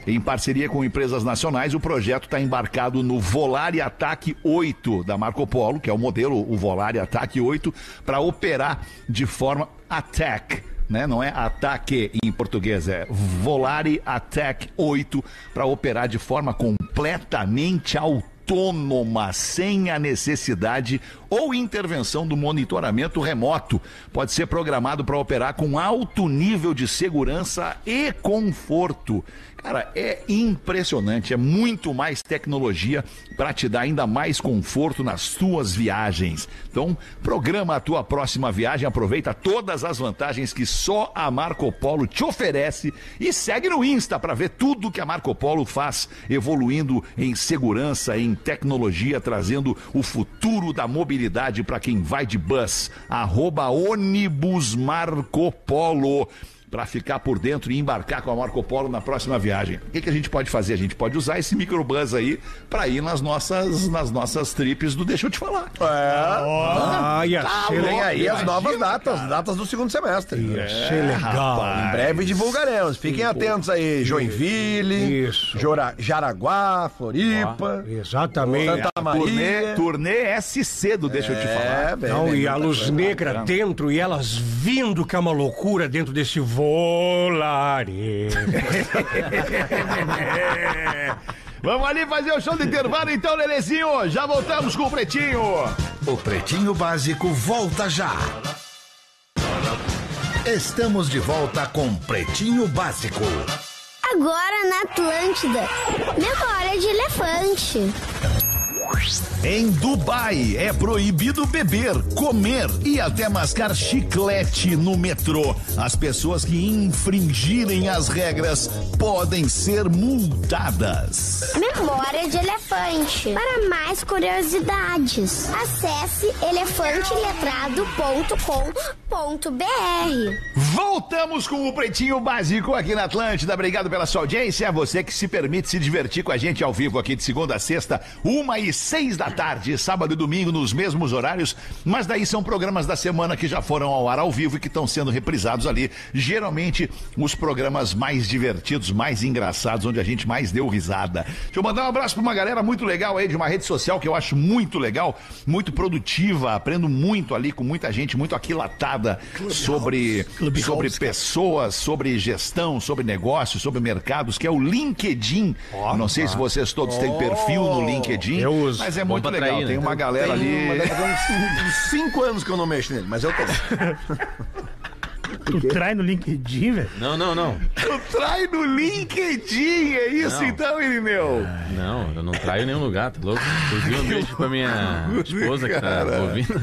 S3: Em parceria com empresas nacionais, o projeto está embarcado no Volare Ataque 8 da Marco Polo, que é o modelo, o Volare Ataque 8, para operar de forma attack né? Não é ataque em português, é Volare Attack 8 para operar de forma completamente autônoma, sem a necessidade ou intervenção do monitoramento remoto. Pode ser programado para operar com alto nível de segurança e conforto. Cara, é impressionante, é muito mais tecnologia para te dar ainda mais conforto nas tuas viagens. Então, programa a tua próxima viagem, aproveita todas as vantagens que só a Marco Polo te oferece e segue no Insta para ver tudo que a Marco Polo faz, evoluindo em segurança, em tecnologia, trazendo o futuro da mobilidade para quem vai de bus. Arroba ônibus Marco Polo para ficar por dentro e embarcar com a Marco Polo na próxima viagem. O que, que a gente pode fazer? A gente pode usar esse microbus aí para ir nas nossas, nas nossas trips do Deixa eu te falar.
S10: É.
S6: Ah, e achei
S3: louco,
S6: Tem aí as
S3: imagina,
S6: novas datas, datas do segundo semestre. É,
S10: Achei legal.
S6: Em breve divulgaremos. Fiquem atentos aí. Joinville,
S10: Isso.
S6: Jora- Jaraguá, Floripa,
S10: Exatamente.
S6: Santa
S3: Turnê,
S6: Maria. Tá
S3: turnê SC do Deixa eu te falar.
S6: velho.
S10: Não, e a luz negra dentro e elas vindo que é uma loucura dentro desse volare.
S3: Vamos ali fazer o show de intervalo então, Lelezinho. Já voltamos com o Pretinho.
S4: O Pretinho Básico volta já. Estamos de volta com Pretinho Básico.
S11: Agora na Atlântida. Memória de elefante.
S4: Em Dubai é proibido beber, comer e até mascar chiclete no metrô. As pessoas que infringirem as regras podem ser multadas.
S11: Memória de elefante. Para mais curiosidades, acesse elefanteletrado.com.br.
S3: Voltamos com o Pretinho Básico aqui na Atlântida. Obrigado pela sua audiência. É Você que se permite se divertir com a gente ao vivo aqui de segunda a sexta, uma e seis da tarde, sábado e domingo, nos mesmos horários. Mas daí são programas da semana que já foram ao ar ao vivo e que estão sendo reprisados ali. Geralmente, os programas mais divertidos, mais engraçados, onde a gente mais deu risada. Deixa eu mandar um abraço pra uma galera muito legal aí, de uma rede social que eu acho muito legal, muito produtiva. Aprendo muito ali com muita gente, muito aquilatada sobre sobre pessoas, sobre gestão, sobre negócios, sobre mercados, que é o LinkedIn. Não sei se vocês todos têm perfil no LinkedIn,
S10: Eu uso.
S3: mas é
S8: Bom
S3: muito
S8: pra
S3: legal.
S8: atrair, né?
S3: Tem uma galera ali.
S6: Mas deve (laughs) fazer uns 5 anos que eu não mexo nele, mas eu tô.
S7: Tu trai no LinkedIn, velho?
S8: Não, não, não.
S3: Tu (laughs) trai no LinkedIn, é isso
S8: Não.
S3: então, Irineu?
S8: Não, eu não traio em nenhum lugar, tá louco? Inclusive, um beijo pra (laughs) minha esposa que tá
S3: Cara.
S8: ouvindo.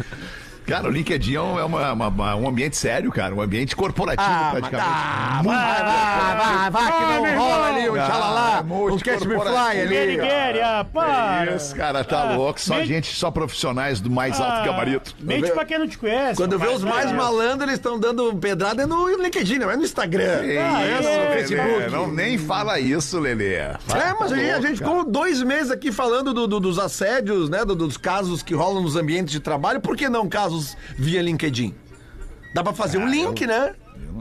S3: Cara, o LinkedIn é, uma- uma- uma- um ambiente sério, cara, um ambiente corporativo praticamente. Muito corporativo.
S6: vai, vai, Ah, que não rola ali, um xalalá,
S3: muito
S6: um catch me fly
S3: corporativo.
S6: ali. ó.
S7: Nigéria, para!
S3: Isso, cara, tá
S7: Ah,
S3: louco. Só
S7: mente-
S3: gente, só profissionais do mais alto gabarito.
S7: Mente pra quem não te conhece.
S6: Quando eu ver
S7: rapaz,
S6: os mais
S7: é.
S6: malandros, eles estão dando pedrada no LinkedIn, não é no Instagram.
S3: Que
S7: Ah,
S3: isso,
S7: é,
S3: Lelê. Não, nem fala isso, Lelê. Fala,
S6: É, mas
S3: tá
S6: a gente, a
S3: louco,
S6: gente
S3: cara.
S6: ficou dois meses aqui falando do- do- dos assédios, né? do- dos casos que rolam nos ambientes de trabalho. Por que não casos via LinkedIn? Dá pra fazer um link, né?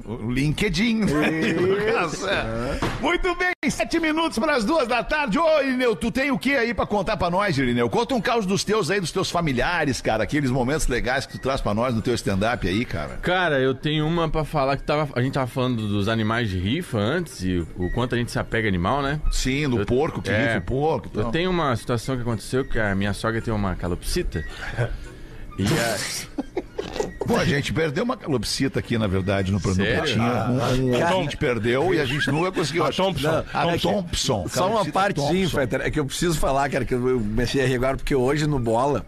S3: O LinkedIn. (laughs) É. Muito bem, sete minutos para as duas da tarde. Ô, Irineu, tu tem o que aí para contar para nós, Irineu? Conta um caos dos teus aí, dos teus familiares, cara. Aqueles momentos legais que tu traz para nós no teu stand-up aí, cara.
S8: Cara, eu tenho uma pra falar que tava, a gente tava falando dos animais de rifa antes e o, o quanto a gente se apega a animal, né?
S3: Sim, no
S8: Eu-
S3: porco, que
S8: é.
S6: um
S3: rifa o porco. então.
S8: Eu
S6: então.
S3: tal.
S8: tenho uma situação que aconteceu que a minha sogra tem uma calopsita. E a...
S3: Pô, a gente perdeu uma calopsita aqui, na verdade, no programa
S8: Sério? Ah, é.
S3: Pretinho. Um, um, a gente perdeu e a gente nunca conseguiu. achar.
S10: Thompson.
S3: A Thompson.
S6: é Só uma
S3: Calopsita
S6: partezinha,
S3: Thompson.
S6: Fetter, é que eu preciso falar, cara, que eu eu mexi a rir agora, porque hoje no Bola,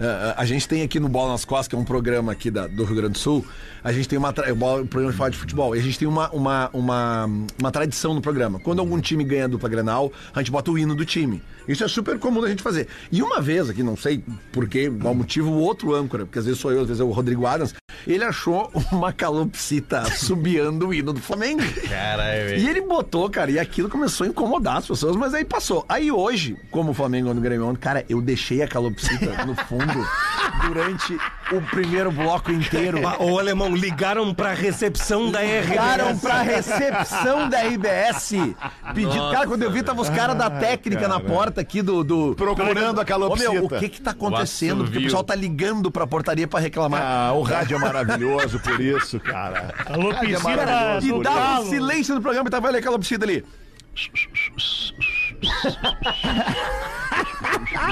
S6: ah, ah, a gente tem aqui no Bola nas Costas, que é um programa aqui da- do Rio Grande do Sul, a gente tem uma, tra- o Bola, um programa de falar de futebol, e a gente tem uma, uma, uma, uma tradição no programa. Quando algum time ganha a dupla Grenal, a gente bota o hino do time. Isso é super comum da gente fazer. E uma vez aqui, não sei por que, qual motivo, o outro âncora, porque às vezes sou eu, às vezes é o Rodrigo Adams, ele achou uma calopsita (laughs) subiando o hino do Flamengo.
S8: Caralho, velho.
S6: E ele botou, cara, e aquilo começou a incomodar as pessoas, mas aí passou. Aí hoje, como o Flamengo é no Grêmio, ontem, cara, eu deixei a calopsita no (laughs) fundo durante o primeiro bloco (laughs) inteiro.
S10: Ô, Ah, alemão, ligaram pra recepção da RBS.
S6: Ligaram pra recepção da RBS. Pedindo. cara, quando eu vi, tava os caras da técnica na porta aqui do. do...
S3: Procurando a
S6: Ô,
S3: calopsita.
S6: meu, o que que tá acontecendo? Porque o
S8: assovio.
S6: pessoal tá ligando pra portaria pra reclamar.
S3: Ah, o rádio é maravilhoso por isso, cara.
S7: Alô,
S6: Ah,
S3: Rádio é
S7: Tá piscina
S3: maravilhoso
S7: do
S6: E um dava
S7: galo.
S6: um silêncio no programa e tava ali aquela piscina ali.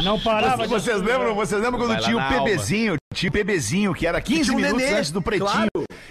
S7: Não parava de
S3: Vocês lembram, vocês lembram quando
S8: Vai lá
S3: tinha o
S8: na
S3: PBzinho? Tinha o PBzinho, que era 15
S6: tinha um
S3: minutos
S6: nenê,
S3: antes do pretinho.
S6: claro.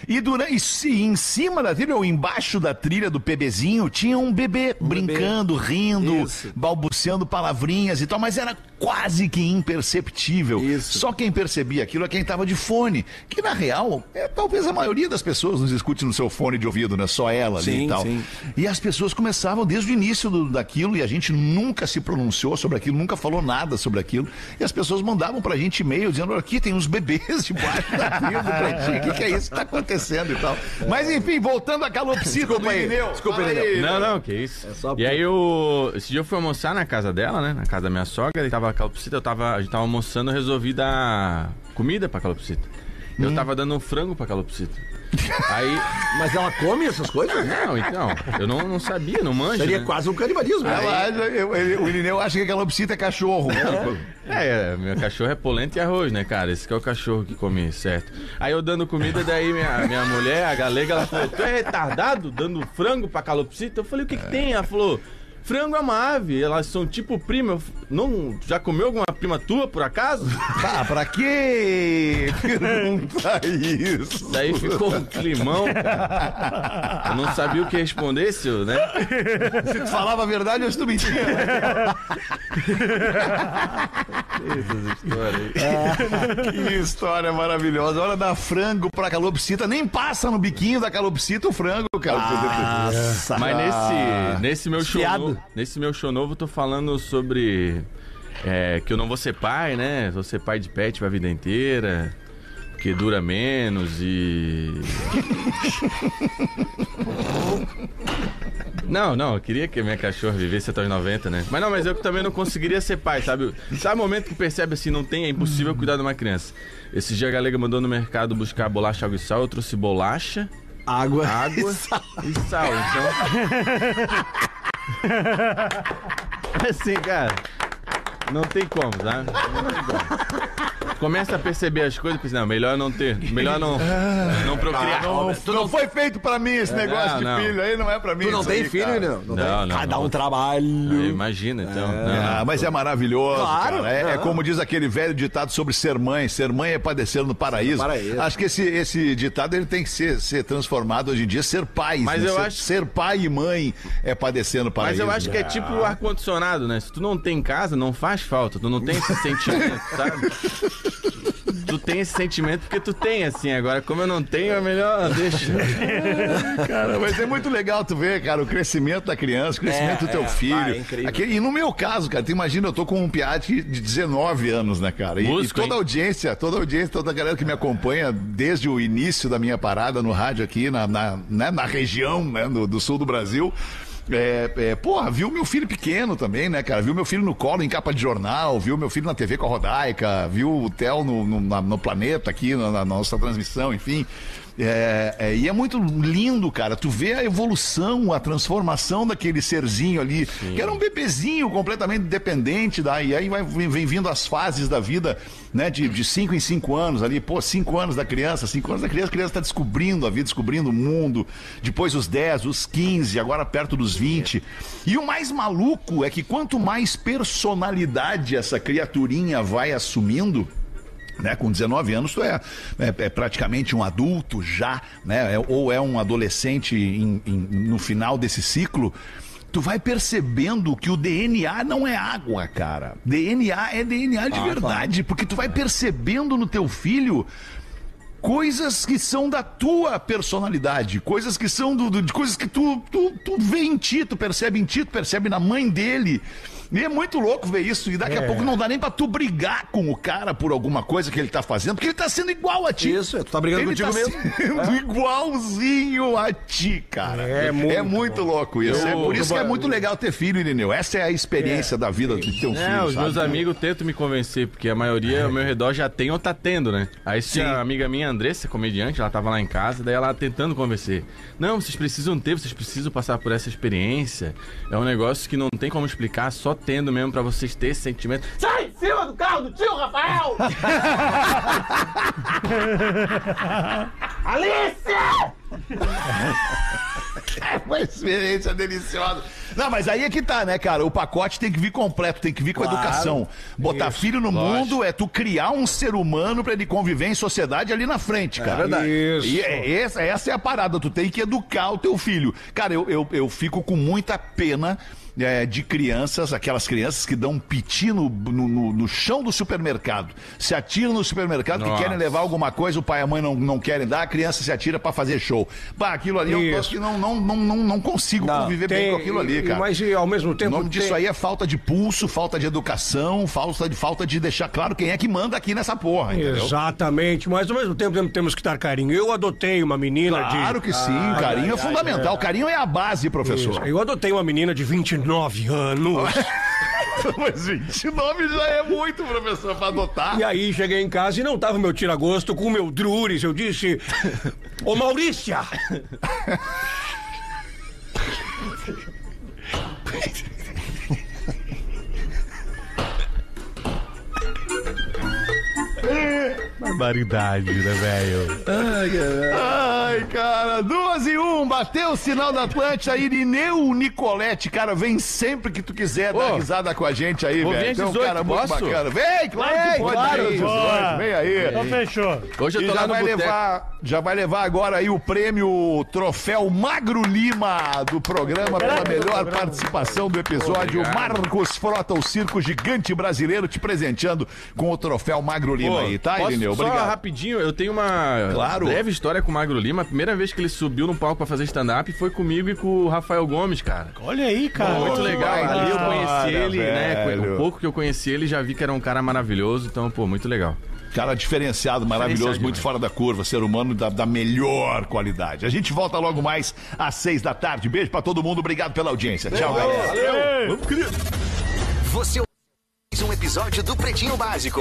S3: E, durante, e se- em cima da trilha, ou embaixo da trilha do PBzinho, tinha um bebê brincando, rindo,
S6: Isso.
S3: balbuciando palavrinhas e tal, mas era quase que imperceptível.
S6: Isso.
S3: Só quem percebia aquilo é quem tava de fone. Que na real, é, talvez a maioria das pessoas nos escute no seu fone de ouvido, né? Só ela ali
S6: Sim,
S3: e tal.
S6: sim.
S3: E as pessoas começavam desde o início do- daquilo e a gente nunca se pronunciou sobre aquilo, nunca falou nada sobre aquilo. E as pessoas mandavam pra gente e-mail dizendo: aqui tem uns bebês debaixo da trilha do pretinho, o que, que é isso que tá acontecendo e tal. Mas enfim, voltando à calopsita do Irineu. Desculpa, aí. (laughs)
S8: Não, não, que isso.
S6: É só
S8: E aí eu. Esse dia eu fui almoçar na casa dela, né? Na casa da minha sogra, e tava a calopsita, eu tava. A gente tava almoçando, eu resolvi dar comida pra calopsita.
S6: Hum.
S8: Eu tava dando um frango pra calopsita. Aí. (laughs)
S6: Mas ela come essas coisas?
S8: Não, então. Eu não, não sabia, não manjo.
S6: Seria
S8: né?
S6: quase um canibalismo.
S3: Ela acha- eu- ele- o Irineu acha que a calopsita é cachorro.
S8: É, meu cachorro é polenta e arroz, né, cara? Esse que é o cachorro que come, certo? Aí eu dando comida, daí minha, minha mulher, a galega, ela falou: Tu é retardado dando frango pra calopsita? Eu falei: O que que tem? Ela falou. Frango é uma ave, elas são tipo prima. Eu f- Não, tu já comeu alguma prima tua, por acaso?
S3: Ah, pra que perguntar É isso?
S8: Daí ficou um climão, cara. Eu não sabia o que responder, seu, né?
S3: Se tu falava a verdade, eu estou mentindo. É. Que história maravilhosa. Hora da frango pra calopsita. Nem passa no biquinho da calopsita o frango, cara.
S6: Ah,
S3: Nossa.
S8: Mas nesse, nesse meu show
S6: Fiado.
S8: novo, nesse meu show novo, eu tô falando sobre é, que eu não vou ser pai, né? Vou ser pai de pet pra vida inteira, que dura menos e (laughs) Não, não, eu queria que a minha cachorra vivesse até os 90, né? Mas não, mas eu também não conseguiria ser pai, sabe? Sabe o momento que percebe assim, não tem, é impossível cuidar de uma criança. Esse dia a galega mandou no mercado buscar bolacha, água e sal, eu trouxe bolacha,
S6: Água.
S8: água (laughs) e sal. Então. (laughs) assim, cara. Não tem como, tá? Começa a perceber as coisas, pensa, não, melhor não ter, melhor não, não procriar.
S6: um
S3: Não, tu não foi feito pra mim esse negócio
S8: não.
S3: de filho aí, não é pra mim.
S6: É, Tu não
S3: isso
S6: tem
S3: aí,
S6: filho,
S3: cara.
S6: não? Não, tem.
S8: Não, não,
S6: Ah, dá
S8: não.
S6: um trabalho.
S8: Imagina, então. Não, não.
S3: Ah, mas é maravilhoso,
S6: Claro,
S3: cara. É, é
S6: não.
S3: como diz aquele velho ditado sobre ser mãe. Ser mãe é padecer no paraíso.
S6: paraíso.
S3: Acho que esse, esse ditado ele tem que ser, ser transformado hoje em dia, ser pai.
S8: Mas eu
S3: ser,
S8: acho-
S3: ser pai e mãe é padecer no
S8: Mas
S3: paraíso.
S8: eu acho que é tipo o ar-condicionado, né? Se tu não tem em casa, não faz falta. Tu não tem esse (laughs) sentimento, sabe? Tu tem esse sentimento porque tu tem, assim. Agora, como eu não tenho, é melhor deixa.
S3: Cara, mas é muito legal tu ver, cara, o crescimento da criança, o crescimento do teu filho.
S6: vai, é incrível.
S3: Aquele- e no meu caso, cara, tu imagina, eu tô com um piate de 19 anos, né, cara? E, e
S8: Músico,
S3: toda
S8: hein?
S3: a audiência, toda a audiência, toda a galera que me acompanha desde o início da minha parada no rádio aqui, na, na, né, na região né, do, do sul do Brasil. É, é, porra, viu meu filho pequeno também, né, cara? Viu meu filho no colo, em capa de jornal, viu meu filho na TV com a Rodaica, viu o Theo no, no, na- no planeta aqui, na, na nossa transmissão, enfim. É, é, e é muito lindo, cara. Tu vê a evolução, a transformação daquele serzinho ali, que era um bebezinho completamente dependente da. E aí vai, vem, vem vindo as fases da vida, né? De, de cinco em cinco anos ali, pô, cinco anos da criança, cinco anos da criança, a criança tá descobrindo a vida, descobrindo o mundo. Depois os 10, os 15, agora perto dos 20. E o mais maluco é que quanto mais personalidade essa criaturinha vai assumindo, né, com 19 anos, tu é, é- é praticamente um adulto já, né, é- ou é um adolescente em- em- no final desse ciclo. Tu vai percebendo que o DNA não é água, cara. DNA é DNA de verdade, porque tu vai percebendo no teu filho coisas que são da tua personalidade, coisas que são do, do- de coisas que tu, tu, tu vê em ti, tu percebe em ti, tu percebe na mãe dele. E é muito louco ver isso. E daqui a pouco não dá nem pra tu brigar com o cara por alguma coisa que ele tá fazendo, porque ele tá sendo igual a ti.
S6: Isso, tu tá brigando
S3: ele
S6: contigo
S3: tá
S6: mesmo.
S3: Sendo igualzinho a ti, cara.
S10: É muito
S3: louco isso. é
S8: Eu-
S3: por isso que é muito legal ter filho, Irineu. Essa é a experiência da vida do teu filho.
S8: É, os
S3: sabe?
S8: meus amigos tentam me convencer, porque a maioria ao meu redor já tem ou tá tendo, né? Aí tinha a amiga minha, Andressa, comediante, ela tava lá em casa, daí ela tentando convencer. Não, vocês precisam ter, vocês precisam passar por essa experiência. É um negócio que não tem como explicar, só tendo mesmo pra vocês terem esse sentimento. Sai em cima do carro do tio Rafael! Alice!
S3: É (laughs) uma experiência deliciosa. Não, mas aí é que tá, né, cara? O pacote tem que vir completo, tem que vir com
S4: Claro.
S3: educação. Botar filho no mundo é tu criar um ser humano pra ele conviver em sociedade ali na frente, cara.
S6: verdade.
S3: Isso. E é- essa, essa é a parada, tu tem que educar o teu filho. Cara, eu, eu, eu fico com muita pena. é, de crianças, aquelas crianças que dão um piti no, no, no- no chão do supermercado, se atiram no supermercado que
S8: Nossa.
S3: querem levar alguma coisa, o pai e a mãe não, não querem dar, a criança se atira pra fazer show. Bah, aquilo ali eu
S10: Isso.
S3: acho que não, não, não, não, não consigo conviver bem
S10: Tem-
S3: com aquilo ali, cara.
S10: Mas e, ao mesmo
S3: O
S10: tempo.
S3: nome disso
S10: tem-
S3: aí é falta de pulso, falta de educação, falta de, falta de deixar claro quem é que manda aqui nessa porra, entendeu?
S10: Exatamente, mas ao mesmo tempo temos que dar carinho. Eu adotei uma menina de.
S3: Claro que sim,
S10: Ah,
S3: carinho é fundamental. Carinho é a base, professor.
S10: Eu adotei uma menina de 29 anos.
S3: (laughs) Mas 29 já é muito, professor, pra adotar.
S10: E aí cheguei em casa e não tava o meu tira-gosto com o meu Drures. Eu disse: Ô Maurícia!
S9: Barbaridade, né, velho?
S3: Ai, cara, duas e um, bateu o sinal da Atlântida, Irineu Nicolete, cara, vem sempre que tu quiser dar risada com a gente aí,
S8: vou
S3: velho.
S8: vir às
S3: Então,
S8: 18,
S3: cara, muito
S8: posso?
S3: bacana. Vem, claro que
S8: Vem,
S3: pode,
S8: claro,
S3: vem, aí,
S7: boa.
S3: 18, vem aí.
S7: Então fechou.
S8: Hoje eu
S3: E
S8: tô
S3: já
S8: lá no
S3: vai,
S8: boteco.
S3: levar, já vai levar agora aí o prêmio Troféu Magro Lima do programa pela melhor participação do episódio.
S8: Obrigado.
S3: Marcos Frota, o circo gigante brasileiro, te presenteando com o Troféu Magro Lima
S8: Pô,
S3: aí, tá,
S8: posso
S3: Irineu?
S8: Só
S3: Obrigado.
S8: rapidinho, eu tenho uma
S3: Claro.
S8: breve história com o Magro Lima. A primeira vez que ele subiu no palco pra fazer stand-up foi comigo e com o Rafael Gomes, cara.
S7: Olha aí, cara.
S8: Muito
S7: Que
S8: legal.
S7: baita
S8: Ali eu
S7: história.
S8: conheci ele, né?
S3: velho.
S8: O pouco que eu conheci ele, já vi que era um cara maravilhoso. Então, pô, muito legal.
S3: Cara diferenciado, maravilhoso,
S8: Diferenciado
S3: muito
S8: demais.
S3: fora da curva, ser humano da, da melhor qualidade. A gente volta logo mais às seis da tarde. Beijo pra todo mundo, obrigado pela audiência. Tchau, galera.
S7: Ei.
S2: Você ouviu mais um episódio do Pretinho Básico.